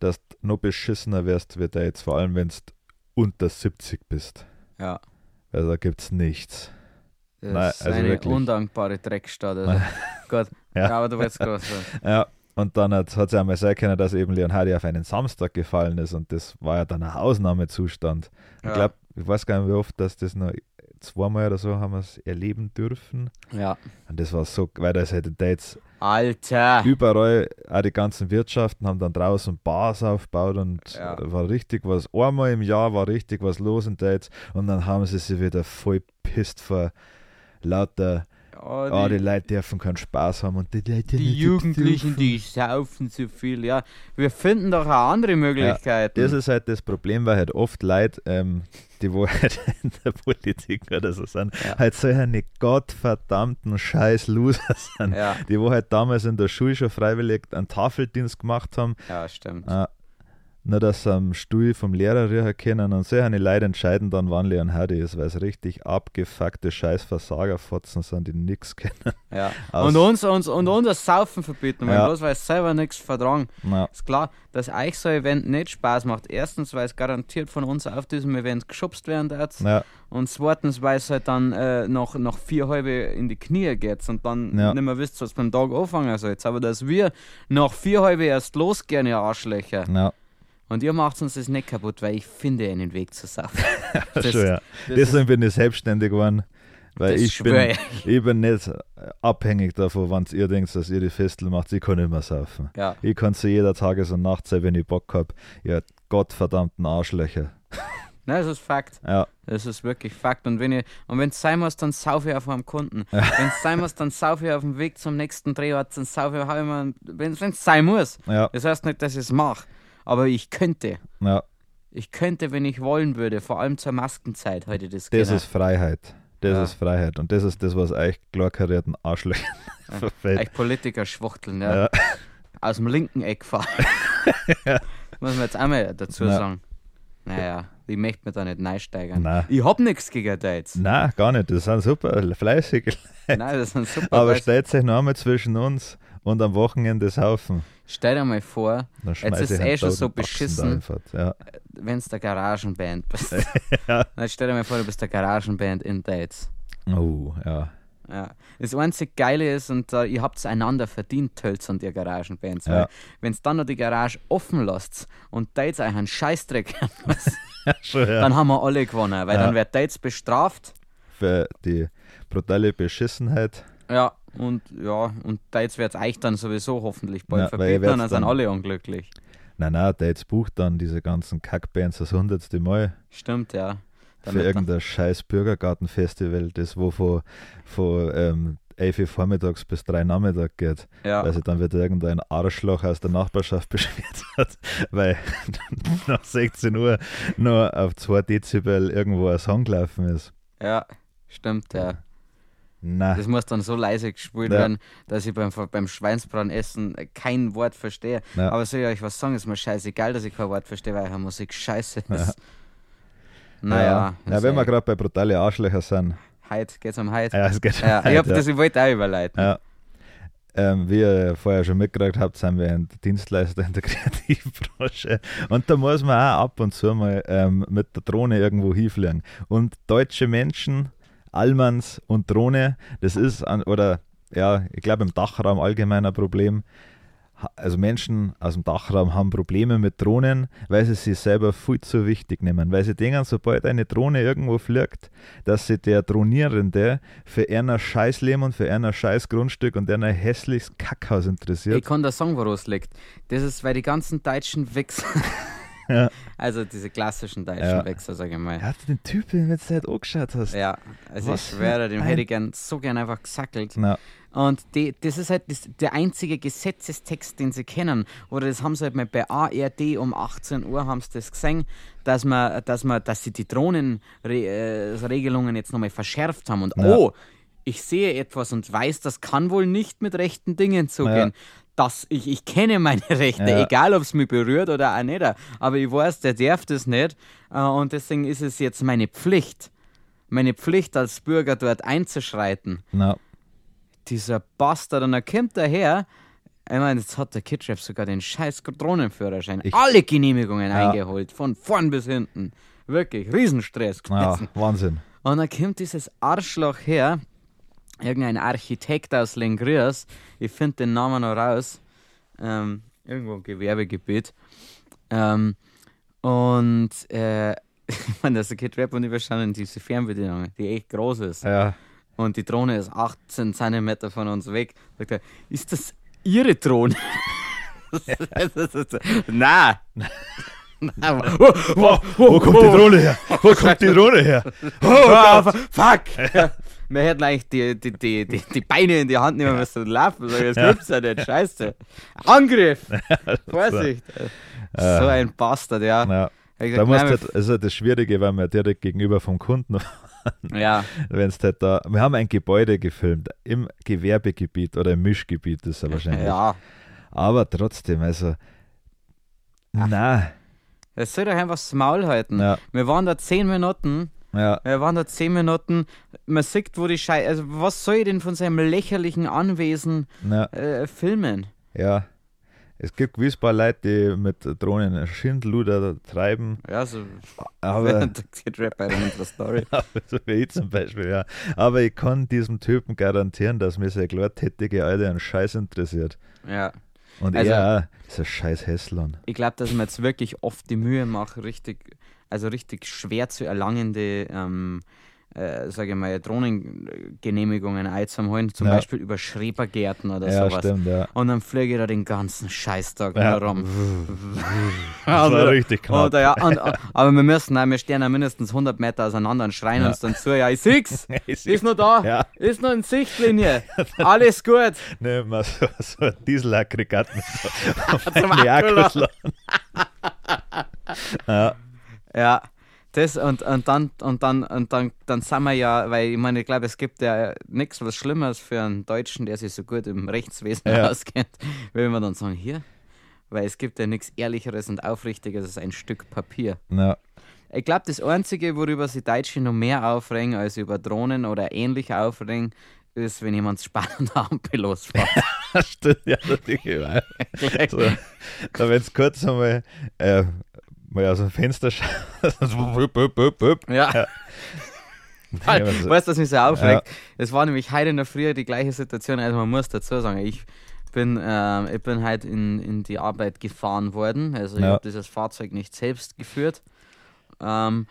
Speaker 2: dass du noch beschissener wirst wie Dates, vor allem wenn du unter 70 bist.
Speaker 1: ja.
Speaker 2: Also da gibt's nichts.
Speaker 1: Das
Speaker 2: Nein,
Speaker 1: ist
Speaker 2: also
Speaker 1: eine
Speaker 2: wirklich.
Speaker 1: undankbare Dreckstadt. Also. Gott,
Speaker 2: Ja.
Speaker 1: aber du weißt groß. sein.
Speaker 2: Ja, und dann hat es ja einmal sein können, dass eben Leon Hardy auf einen Samstag gefallen ist und das war ja dann ein Ausnahmezustand.
Speaker 1: Ja.
Speaker 2: Ich glaube, ich weiß gar nicht, wie oft, dass das noch zweimal oder so haben wir es erleben dürfen.
Speaker 1: Ja.
Speaker 2: Und das war so, weil das hätte Dates
Speaker 1: Alter!
Speaker 2: überall, auch die ganzen Wirtschaften haben dann draußen Bars aufgebaut und
Speaker 1: Ja.
Speaker 2: war richtig was. Einmal im Jahr war richtig was los in Dates und dann haben sie sich wieder voll pisst vor lauter,
Speaker 1: Oh,
Speaker 2: ah, die Leute dürfen keinen Spaß haben und die Leute
Speaker 1: Die
Speaker 2: nicht
Speaker 1: Jugendlichen,
Speaker 2: dürfen.
Speaker 1: die saufen zu viel, ja. Wir finden doch auch andere Möglichkeiten.
Speaker 2: Das ist halt das Problem, weil halt oft Leute, ähm, die wo halt in der Politik oder so sind,
Speaker 1: Ja.
Speaker 2: halt solche eine gottverdammten scheiß Loser sind.
Speaker 1: ja,
Speaker 2: Die wo halt damals in der Schule schon freiwillig einen Tafeldienst gemacht haben,
Speaker 1: ja, stimmt.
Speaker 2: äh, nur dass sie am Stuhl vom Lehrer rühren können und solche eine Leute entscheiden dann, wann Leon Hardy ist, weil es richtig abgefuckte scheiß Versagerfotzen sind, die nix kennen.
Speaker 1: Ja.
Speaker 2: Aus-
Speaker 1: Und uns, uns und uns das Saufen verbieten, weil
Speaker 2: Ja.
Speaker 1: bloß weil es selber nichts vertragen.
Speaker 2: Na,
Speaker 1: Ist klar, dass euch so ein Event nicht Spaß macht. Erstens, weil es garantiert von uns auf diesem Event geschubst werden darf.
Speaker 2: na,
Speaker 1: Und zweitens, weil es halt dann äh, noch, noch vier halbe in die Knie geht und dann
Speaker 2: Ja.
Speaker 1: nicht mehr wisst, was beim Tag anfangen soll. Aber dass wir nach vier halbe erst losgehen, ihr Arschlöcher.
Speaker 2: na,
Speaker 1: Und ihr macht uns das nicht kaputt, weil ich finde einen Weg zu saufen. Das-
Speaker 2: schon, ja.
Speaker 1: das
Speaker 2: Deswegen bin ich selbstständig geworden, weil
Speaker 1: Das
Speaker 2: ich
Speaker 1: schwör
Speaker 2: bin,
Speaker 1: ich.
Speaker 2: ich bin nicht abhängig davon, wann ihr denkt, dass ihr die Festel macht. Ich kann immer saufen.
Speaker 1: Ja,
Speaker 2: Ich kann zu jeder Tages- und Nachtzeit, wenn ich Bock habe. Ihr gottverdammten Arschlöcher.
Speaker 1: Nein, das ist Fakt.
Speaker 2: Ja,
Speaker 1: Das ist wirklich Fakt. Und wenn ihr, und wenn es sein muss, dann saufe ich auf einem Kunden. Wenn es sein muss, dann saufe ich auf dem Weg zum nächsten Drehort, dann saufe ich auch immer, wenn es sein muss.
Speaker 2: ja,
Speaker 1: Das heißt nicht, dass ich es mache, aber ich könnte.
Speaker 2: ja.
Speaker 1: Ich könnte, wenn ich wollen würde, vor allem zur Maskenzeit heute das
Speaker 2: Das
Speaker 1: gerne.
Speaker 2: ist Freiheit. Das
Speaker 1: Genau. Ja.
Speaker 2: ist Freiheit. Und das ist das, was euch klarkarierten Arschlöchern verfällt.
Speaker 1: Echt Politiker-Schwuchteln, ja.
Speaker 2: Ja.
Speaker 1: Aus dem linken Eck fahren. Muss man jetzt einmal dazu
Speaker 2: Ja.
Speaker 1: sagen. Naja, ich möchte mir da nicht neisteigern.
Speaker 2: Nein.
Speaker 1: Ich hab nichts gegen Dates.
Speaker 2: Nein, gar nicht. Das sind super fleißige.
Speaker 1: Nein, das sind super.
Speaker 2: Aber
Speaker 1: Leute.
Speaker 2: stellt euch noch einmal zwischen uns und am Wochenende saufen.
Speaker 1: Stell dir mal vor,
Speaker 2: Dann schmeiß
Speaker 1: ist
Speaker 2: ich einen
Speaker 1: eh schon
Speaker 2: Tausend
Speaker 1: so
Speaker 2: Ochsen da
Speaker 1: beschissen.
Speaker 2: einfach. Ja.
Speaker 1: wenn du der Garagenband bist. Dann stell dir mal vor, du bist der Garagenband in Dates.
Speaker 2: Oh, ja.
Speaker 1: Ja. Das einzige Geile ist, und äh, ihr habt es einander verdient, Tölz und ihr Garagenbands.
Speaker 2: Ja.
Speaker 1: Wenn es dann noch die Garage offen lasst und da jetzt euch einen Scheißdreck hören müsst,
Speaker 2: Schon, ja.
Speaker 1: dann haben wir alle gewonnen, weil
Speaker 2: Ja.
Speaker 1: dann wird da jetzt bestraft.
Speaker 2: Für die brutale Beschissenheit.
Speaker 1: Ja, und ja, und da jetzt wird es euch dann sowieso hoffentlich bald
Speaker 2: Ja, weil ihr
Speaker 1: verbieten und dann
Speaker 2: werd's
Speaker 1: sind
Speaker 2: dann-
Speaker 1: alle unglücklich.
Speaker 2: Nein, nein, der jetzt bucht dann diese ganzen Kackbands das hundertste Mal
Speaker 1: Stimmt, ja.
Speaker 2: für irgendein scheiß Bürgergartenfestival, das wo von, von ähm, 11 Uhr vormittags bis 3 Uhr Nachmittag geht.
Speaker 1: ja.
Speaker 2: Also dann wird irgendein Arschloch aus der Nachbarschaft beschwert, hat, weil nach 16 Uhr nur auf 2 Dezibel irgendwo ein Song gelaufen ist.
Speaker 1: Ja, stimmt, ja.
Speaker 2: Na,
Speaker 1: Das muss dann so leise gespielt
Speaker 2: Ja.
Speaker 1: werden, dass ich beim, beim Schweinsbratenessen kein Wort verstehe.
Speaker 2: Ja.
Speaker 1: Aber soll ich euch was sagen? Ist mir scheißegal, dass ich kein Wort verstehe, weil eure Musik scheiße ist. Naja,
Speaker 2: naja, na, wenn wir gerade bei brutale Arschlöcher sind.
Speaker 1: Heit, geht's um Heit? Ja,
Speaker 2: Ja, es geht schon
Speaker 1: ich,
Speaker 2: weit,
Speaker 1: hab das, ich wollte auch überleiten.
Speaker 2: Ja. Ähm, wie ihr vorher schon mitgekriegt habt, sind wir ein Dienstleister in der Kreativbranche. Und da muss man auch ab und zu mal ähm, mit der Drohne irgendwo hinfliegen. Und deutsche Menschen, Allmanns und Drohne, das ist, an, oder ja, ich glaube im Dachraum allgemein ein Problem. Ha- Also Menschen aus dem Dachraum haben Probleme mit Drohnen, weil sie sich selber viel zu wichtig nehmen. Weil sie denken, sobald eine Drohne irgendwo fliegt, dass sie der Drohnierende für einer scheiß Leben und für einer scheiß Grundstück und einer hässliches Kackhaus
Speaker 1: Ich
Speaker 2: interessiert.
Speaker 1: kann da sagen, woran es liegt. Das ist, weil die ganzen deutschen Wichser,
Speaker 2: Ja.
Speaker 1: also diese klassischen deutschen
Speaker 2: Ja.
Speaker 1: Wichser, sag ich mal.
Speaker 2: Er hat den Typen, wenn du halt angeschaut hast.
Speaker 1: Ja, also
Speaker 2: Was
Speaker 1: ich
Speaker 2: für
Speaker 1: schwöre, dem
Speaker 2: ein-
Speaker 1: hätte ich gern, so gern einfach gesackelt.
Speaker 2: Na,
Speaker 1: Und die, das ist halt das, der einzige Gesetzestext, den sie kennen. Oder das haben sie halt mal bei ARD um 18 Uhr haben sie das gesehen, dass man, dass man, dass sie die Drohnenregelungen jetzt nochmal verschärft haben. Und
Speaker 2: Ja.
Speaker 1: oh, ich sehe etwas und weiß, das kann wohl nicht mit rechten Dingen zugehen. Das, ich, ich kenne meine Rechte,
Speaker 2: Ja.
Speaker 1: egal ob es mich berührt oder auch nicht. Aber ich weiß, der darf das nicht. äh, Und deswegen ist es jetzt meine Pflicht, meine Pflicht als Bürger dort einzuschreiten
Speaker 2: na,
Speaker 1: dieser Bastard und er kommt daher. Ich meine, jetzt hat der Kidrap sogar den scheiß Drohnenführerschein.
Speaker 2: Ich-
Speaker 1: Alle Genehmigungen
Speaker 2: Ja.
Speaker 1: eingeholt, von vorn bis hinten. Wirklich, Riesenstress
Speaker 2: na,
Speaker 1: gewesen.
Speaker 2: Wahnsinn.
Speaker 1: Und dann kommt dieses Arschloch her, irgendein Architekt aus Lengrias, ich finde den Namen noch raus, ähm, irgendwo im Gewerbegebiet. Ähm, und äh, ich meine, dass der Kidrap und ich verstanden diese Fernbedienung, die echt groß ist.
Speaker 2: Ja,
Speaker 1: Und die Drohne ist 18 cm von uns weg. Sagt er, ist das Ihre Drohne? Nein. Nein.
Speaker 2: Oh,
Speaker 1: Wo, wo,
Speaker 2: Wo kommt die Drohne her? Wo kommt die Drohne her?
Speaker 1: Oh, fuck! Wir hätten eigentlich die, die, die, die, die Beine in die Hand nehmen müssen und laufen. Sagen, das gibt's ja nicht, scheiße. Angriff! Vorsicht! So ein Bastard, ja.
Speaker 2: Ah. Na,
Speaker 1: Ich
Speaker 2: da
Speaker 1: gesagt,
Speaker 2: musst
Speaker 1: nein,
Speaker 2: du halt, also das Schwierige, wenn man direkt gegenüber vom Kunden
Speaker 1: wir- ja,
Speaker 2: wenn es halt da. Wir haben ein Gebäude gefilmt, im Gewerbegebiet oder im Mischgebiet ist er wahrscheinlich.
Speaker 1: ja.
Speaker 2: Aber trotzdem, also.
Speaker 1: Ah.
Speaker 2: Na,
Speaker 1: Das soll doch einfach das Maul halten.
Speaker 2: Ja.
Speaker 1: Wir waren da 10 Minuten.
Speaker 2: ja,
Speaker 1: Wir Äh, waren da 10 Minuten. Man sieht, wo die Scheiße. Also, was soll ich denn von seinem lächerlichen Anwesen
Speaker 2: na,
Speaker 1: äh, filmen?
Speaker 2: ja. Es gibt gewiss paar Leute, die mit Drohnen Schindluder treiben,
Speaker 1: Ja, so.
Speaker 2: aber,
Speaker 1: Während der Rapper in unserer Story.
Speaker 2: aber so wie ich zum Beispiel, ja. Aber ich kann diesem Typen garantieren, dass mir seine glatthätige Alte einen Scheiß interessiert.
Speaker 1: Ja.
Speaker 2: Und
Speaker 1: Also-
Speaker 2: er auch. Ist ein scheiß Hässlern.
Speaker 1: Ich glaube, dass ich mir jetzt wirklich oft die Mühe mache, richtig, also richtig schwer zu erlangende, ähm, äh, sage ich mal, Drohnengenehmigungen einzuholen. Zum
Speaker 2: Ja.
Speaker 1: Beispiel über Schrebergärten oder
Speaker 2: Ja,
Speaker 1: sowas.
Speaker 2: stimmt, ja.
Speaker 1: Und dann fliege ich da den ganzen Scheißtag
Speaker 2: Ja. genau.
Speaker 1: herum.
Speaker 2: Das war richtig knapp.
Speaker 1: Oder, ja, Also, und, aber wir müssen, nein, wir stehen ja mindestens 100 Meter auseinander und schreien uns dann zu, ja, ich sieg's,
Speaker 2: Ich
Speaker 1: ist noch da,
Speaker 2: Ja.
Speaker 1: ist noch in Sichtlinie, alles gut.
Speaker 2: Ne, mal so, so ein Dieselaggregat mit so
Speaker 1: Zum
Speaker 2: einem Akkus
Speaker 1: Akkuladen.
Speaker 2: laden. ja,
Speaker 1: Ja, das und, und dann und dann und dann dann sind wir ja, weil ich meine, ich glaube, es gibt ja nichts was Schlimmeres für einen Deutschen, der sich so gut im Rechtswesen
Speaker 2: Ja.
Speaker 1: auskennt, wenn wir dann sagen, hier, weil es gibt ja nichts Ehrlicheres und Aufrichtigeres als ein Stück Papier.
Speaker 2: na,
Speaker 1: Ich glaube, das Einzige, worüber sich Deutsche noch mehr aufregen als über Drohnen oder ähnlich aufregen, ist, wenn jemand spannend Ampel losfährt.
Speaker 2: stimmt, ja, natürlich. auch. So, da, wenn du kurz einmal äh, mal aus dem Fenster schaust, so wupp, wupp, wupp, wupp.
Speaker 1: ja. Fall.
Speaker 2: Ja, also, was-
Speaker 1: weißt du, Ah, was mich so aufregt? Es war nämlich heute in der Früh die gleiche Situation. Also man muss dazu sagen, ich bin, ähm, ich bin halt in, in die Arbeit gefahren worden. Also ich
Speaker 2: Ja.
Speaker 1: habe dieses Fahrzeug nicht selbst geführt. Ähm,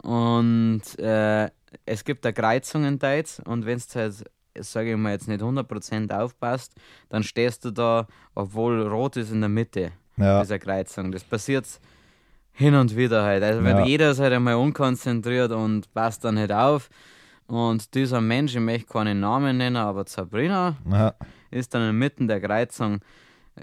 Speaker 1: und äh, es gibt da Kreuzungen da jetzt und wenn es halt, sage ich mal, jetzt nicht 100% aufpasst, dann stehst du da, obwohl rot ist in der Mitte
Speaker 2: Ja,
Speaker 1: dieser Kreuzung. Das passiert hin und wieder halt. Also wenn
Speaker 2: Ja.
Speaker 1: jeder ist halt einmal unkonzentriert und passt dann halt auf. Und dieser Mensch, ich möchte keinen Namen nennen, aber Sabrina
Speaker 2: ja,
Speaker 1: ist dann inmitten der Kreuzung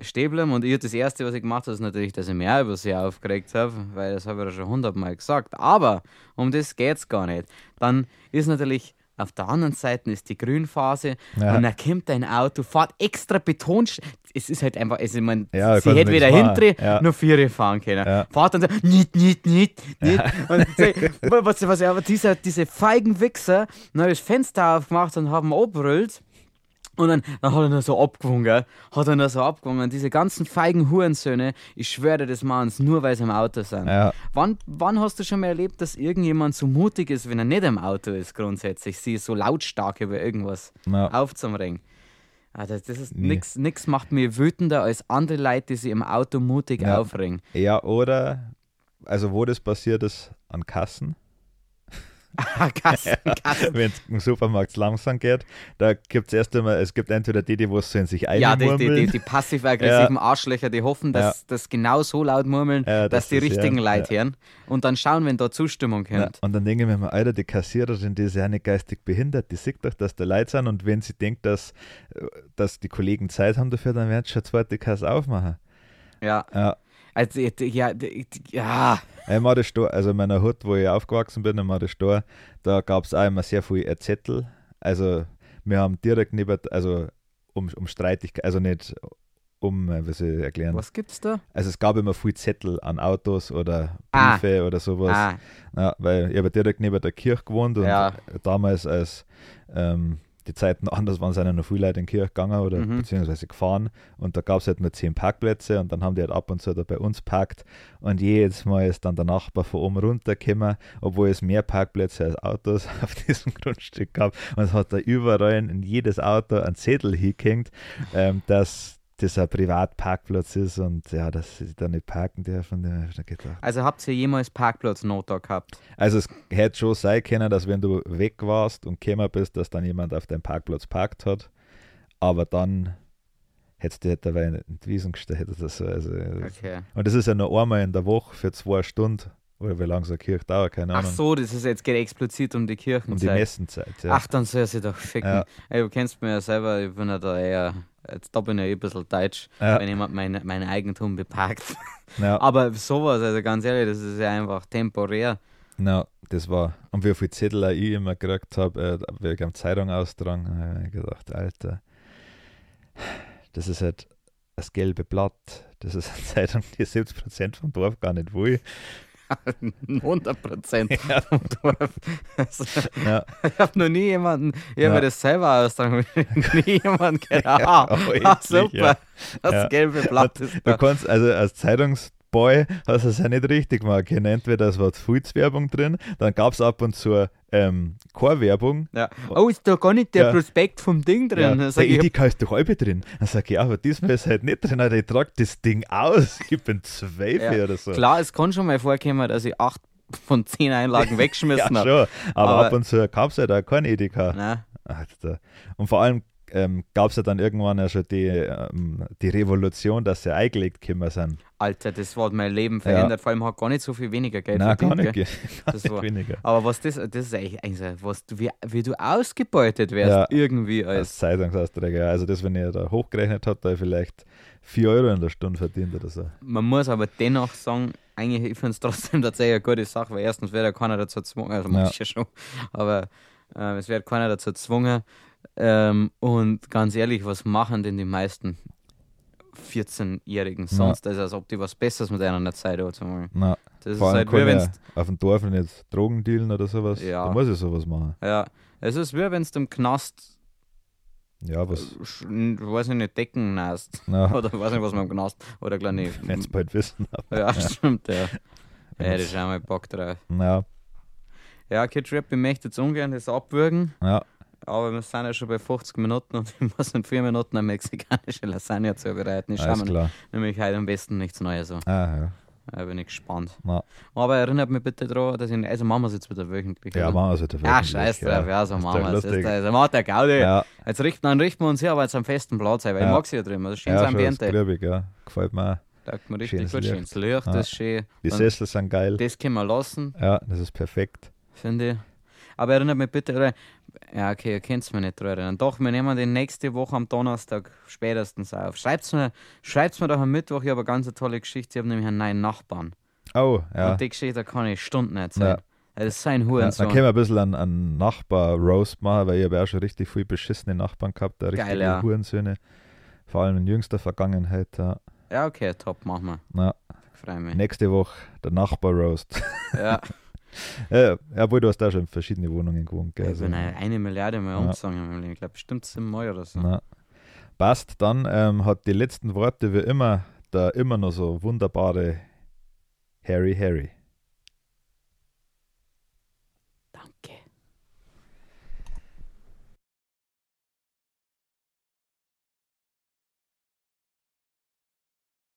Speaker 1: stehen geblieben. Und ich das Erste, was ich gemacht habe, ist natürlich, dass ich mich auch über sie aufgeregt habe, weil das habe ich ja schon hundertmal gesagt. Aber um das geht es gar nicht. Dann ist natürlich auf der anderen Seite ist die Grünphase
Speaker 2: Ja.
Speaker 1: und dann kommt ein Auto, fährt extra Beton. Es ist halt einfach, also ich meine,
Speaker 2: Ja,
Speaker 1: sie
Speaker 2: kannst
Speaker 1: hätte
Speaker 2: nichts
Speaker 1: weder
Speaker 2: machen.
Speaker 1: hintere
Speaker 2: Ja.
Speaker 1: noch viere fahren können.
Speaker 2: Ja.
Speaker 1: Fahrt dann so, nicht, nicht, nicht, nicht. Und sie, was, was, aber dieser, diese feigen Wichser, dann hab ich das Fenster aufgemacht und haben abbrüllt. Und dann, dann hat er nur so abgewungen, gell? Hat er nur so abgewungen. Diese ganzen feigen Hurensöhne, ich schwöre dir, das machen sie nur, weil sie im Auto sind.
Speaker 2: ja.
Speaker 1: Wann, wann hast du schon mal erlebt, dass irgendjemand so mutig ist, wenn er nicht im Auto ist, grundsätzlich, sie so lautstark über irgendwas
Speaker 2: Ja.
Speaker 1: aufzumringen? Ah, das, das ist
Speaker 2: Nee.
Speaker 1: nix, nix macht mir wütender als andere Leute, die sich im Auto mutig
Speaker 2: Ja.
Speaker 1: aufregen.
Speaker 2: Ja, oder, also wo das passiert ist, an Kassen.
Speaker 1: Ah, Kassen, Kassen.
Speaker 2: Wenn es im Supermarkt langsam geht, da gibt es erst einmal, es gibt entweder die, die wo es so in sich
Speaker 1: Ja, die,
Speaker 2: einmurmeln.
Speaker 1: die, die, die passiv-aggressiven Arschlöcher, die hoffen, dass das genau so laut murmeln,
Speaker 2: Ja, das
Speaker 1: dass die
Speaker 2: ist, ja,
Speaker 1: richtigen Leute hören. Und dann schauen, wenn da Zustimmung
Speaker 2: Na,
Speaker 1: kommt.
Speaker 2: und dann denke ich mir, mal, Alter, die Kassiererin, die ist ja nicht geistig behindert, die sieht doch, dass da Leute sind und wenn sie denkt, dass, äh, dass die Kollegen Zeit haben dafür, dann werden sie schon zweite Kasse aufmachen.
Speaker 1: Ja.
Speaker 2: Ja,
Speaker 1: Also, ich- ja, ich- ja.
Speaker 2: einmal das Stor, also in meiner Hut, wo ich aufgewachsen bin, einmal das Stor, da gab es auch immer sehr viel Zettel. Also wir haben direkt neben, also um, um Streitigkeit, also nicht um, äh, wie soll ich erklären,
Speaker 1: Was gibt's da?
Speaker 2: also es gab immer viel Zettel an Autos oder
Speaker 1: Ah.
Speaker 2: Briefe oder sowas.
Speaker 1: Ah,
Speaker 2: Ja, weil ich habe direkt neben der Kirche gewohnt und
Speaker 1: Ja.
Speaker 2: damals, als ähm, die Zeiten anders waren, sind ja noch viele Leute in die Kirche gegangen oder
Speaker 1: Mhm.
Speaker 2: beziehungsweise gefahren und da gab es halt nur zehn Parkplätze und dann haben die halt ab und zu da bei uns parkt und jedes Mal ist dann der Nachbar von oben runtergekommen, obwohl es mehr Parkplätze als Autos auf diesem Grundstück gab und es hat da überall in jedes Auto ein Zettel hingehängt, ähm, dass das ein Privatparkplatz ist und ja, dass sie da nicht parken dürfen, da habe ich mir gedacht.
Speaker 1: also habt ihr jemals Parkplatznot da gehabt?
Speaker 2: Also es hätte schon sein können, dass wenn du weg warst und gekommen bist, dass dann jemand auf deinem Parkplatz parkt hat. Aber dann hättest du halt dabei in die Wiesen gestellt oder so. Also,
Speaker 1: Okay.
Speaker 2: Und das ist ja nur einmal in der Woche für zwei Stunden. Oder wie lange so eine Kirche dauert, keine
Speaker 1: Ach
Speaker 2: Ahnung.
Speaker 1: so, das ist jetzt geht explizit um die
Speaker 2: um die
Speaker 1: Kirchenzeit.
Speaker 2: Messenzeit. Ja.
Speaker 1: Ach, dann soll sie doch ficken.
Speaker 2: Ja.
Speaker 1: Ey, du kennst mich ja selber, ich bin ja da eher, jetzt da bin ich ja eh ein bisschen deutsch,
Speaker 2: Ja.
Speaker 1: wenn jemand mein, mein Eigentum beparkt.
Speaker 2: Ja,
Speaker 1: Aber sowas, also ganz ehrlich, das ist ja einfach temporär.
Speaker 2: na, das war. Und wie viel Zettel auch ich immer gekriegt habe, äh, wegen dem Zeitung austragen, habe ich mir gedacht, Alter, das ist halt das gelbe Blatt. Das ist eine Zeitung, die 70% vom Dorf gar nicht will.
Speaker 1: 100 Prozent vom Dorf. Also,
Speaker 2: Ja.
Speaker 1: ich habe noch nie jemanden, ich habe
Speaker 2: Ja.
Speaker 1: mir das selber ausgedacht, nie jemanden gedacht. Ah,
Speaker 2: oh,
Speaker 1: ah,
Speaker 2: endlich,
Speaker 1: super,
Speaker 2: ja.
Speaker 1: das
Speaker 2: Ja.
Speaker 1: gelbe Blatt ist
Speaker 2: Du
Speaker 1: da.
Speaker 2: kannst, also als Zeitungsboy hast du es ja nicht richtig gemacht. Entweder es war Fulz-Werbung drin, dann gab es ab und zu ähm, Chorwerbung.
Speaker 1: Ja. Oh, ist da gar nicht der
Speaker 2: Ja.
Speaker 1: Prospekt vom Ding
Speaker 2: Ja,
Speaker 1: drin?
Speaker 2: der
Speaker 1: Dann sag ich,
Speaker 2: Edeka ist doch halbe drin. Dann sag ich, ja, aber diesmal ist halt nicht drin, Alter, ich trage das Ding aus. Ich bin zwölf
Speaker 1: Ja,
Speaker 2: oder so.
Speaker 1: Klar, es kann schon mal vorkommen, dass ich acht von zehn Einlagen
Speaker 2: ja,
Speaker 1: weggeschmissen
Speaker 2: schon.
Speaker 1: habe.
Speaker 2: Aber,
Speaker 1: Aber-
Speaker 2: ab und zu gab es halt auch kein Edeka. Alter. Und vor allem ähm, gab es ja dann irgendwann ja schon die, ähm, die Revolution, dass sie eingelegt gekommen sind.
Speaker 1: Alter, das hat mein Leben verändert. Vor allem hat gar nicht so viel weniger Geld
Speaker 2: Nein,
Speaker 1: verdient.
Speaker 2: gar nicht,
Speaker 1: gell?
Speaker 2: ge- gar
Speaker 1: Das
Speaker 2: nicht
Speaker 1: war-
Speaker 2: weniger.
Speaker 1: Aber was das, das ist eigentlich, eigentlich so, was du, wie, wie du ausgebeutet wärst,
Speaker 2: Ja.
Speaker 1: irgendwie als.
Speaker 2: als Zeitungsausträger. ja. Also das, wenn ihr da hochgerechnet habt, da hab ich vielleicht 4 Euro in der Stunde verdient oder so.
Speaker 1: Man muss aber dennoch sagen, eigentlich, ich finde es trotzdem tatsächlich eine gute Sache, weil erstens wäre ja keiner dazu gezwungen, also
Speaker 2: Ja.
Speaker 1: manche schon, aber äh, es wird keiner dazu gezwungen. Ähm, und ganz ehrlich, was machen denn die meisten 14-Jährigen sonst? Also, als ob die was Besseres mit einer Zeit anzumachen.
Speaker 2: Na,
Speaker 1: Das
Speaker 2: vor
Speaker 1: ist
Speaker 2: allem
Speaker 1: halt wie
Speaker 2: kann
Speaker 1: wenn's,
Speaker 2: ja auf dem Dorf nicht jetzt Drogen dealen oder sowas.
Speaker 1: Ja.
Speaker 2: Da muss ich sowas machen.
Speaker 1: ja, es ist wie wenn du im Knast,
Speaker 2: Ja, was?
Speaker 1: sch- n- weiß ich nicht, Decken nast.
Speaker 2: Na,
Speaker 1: Oder weiß nicht, was man im Knast oder kleine.
Speaker 2: wenn es bald wissen.
Speaker 1: Ja, stimmt, ja. Ja,
Speaker 2: Wenn's-
Speaker 1: das ist auch mal Bock drauf.
Speaker 2: Na,
Speaker 1: Ja, Kid Rap, ich möchte jetzt ungern das abwürgen,
Speaker 2: Ja,
Speaker 1: aber wir sind ja schon bei 50 Minuten und ich muss in 4 Minuten eine mexikanische Lasagne zubereiten. Ich schaue
Speaker 2: alles
Speaker 1: mir
Speaker 2: klar.
Speaker 1: nämlich heute am besten nichts Neues an.
Speaker 2: Ah, ja.
Speaker 1: Da bin ich gespannt.
Speaker 2: Na.
Speaker 1: Aber erinnert mich bitte daran, dass ich. Also machen wir es jetzt wieder wöchentlich.
Speaker 2: ja,
Speaker 1: oder?
Speaker 2: machen wir es halt heute
Speaker 1: Ja,
Speaker 2: wirklich,
Speaker 1: scheiß drauf, Ah, ja, so
Speaker 2: Ist
Speaker 1: machen
Speaker 2: doch
Speaker 1: wir es. Ist
Speaker 2: lustig.
Speaker 1: da- Also macht der Gaudi.
Speaker 2: Ja,
Speaker 1: Jetzt richten, dann richten wir uns hier aber jetzt am festen Platz ein, weil ich
Speaker 2: Ja.
Speaker 1: mag sie ja drüben. Das ist schönes
Speaker 2: ja, schon, ist
Speaker 1: Ambiente.
Speaker 2: grübig, ja. Gefällt mir. auch.
Speaker 1: Sagt man richtig
Speaker 2: Schönes
Speaker 1: gut,
Speaker 2: Licht.
Speaker 1: schönes Licht,
Speaker 2: Ja.
Speaker 1: das ist schön.
Speaker 2: Die
Speaker 1: Dann-
Speaker 2: Sessel sind geil.
Speaker 1: Das können wir lassen,
Speaker 2: Ja, das ist perfekt.
Speaker 1: finde ich. Aber erinnert mich bitte, oder? Ja, okay, ihr könnt mich nicht dran erinnern. Doch, wir nehmen den nächste Woche am Donnerstag spätestens auf. Schreibt mir, schreibt's mir doch am Mittwoch, ich habe eine ganz tolle Geschichte. Ich habe nämlich einen neuen Nachbarn.
Speaker 2: Oh, ja.
Speaker 1: Und die Geschichte da kann ich Stunden
Speaker 2: Ja.
Speaker 1: erzählen. Das ist sein
Speaker 2: Ja,
Speaker 1: Hurensohn.
Speaker 2: dann können wir ein bisschen an, an Nachbar-Roast machen, weil ich habe ja auch schon richtig viel beschissene Nachbarn gehabt, da richtige
Speaker 1: Geil, ja.
Speaker 2: Hurensöhne. Vor allem in jüngster Vergangenheit. Ja.
Speaker 1: ja, okay, top, machen wir.
Speaker 2: Na,
Speaker 1: Freue mich.
Speaker 2: nächste Woche der Nachbar-Roast.
Speaker 1: Ja,
Speaker 2: ja, obwohl du hast da schon in verschiedene Wohnungen gewohnt. Gell? also
Speaker 1: ich bin eine, eine Milliarde Mal
Speaker 2: Ja.
Speaker 1: umgezogen in meinem Leben. Ich glaube, bestimmt siebenmal oder so.
Speaker 2: Na. Passt, dann ähm, hat die letzten Worte wie immer der immer noch so wunderbare Harry Harry.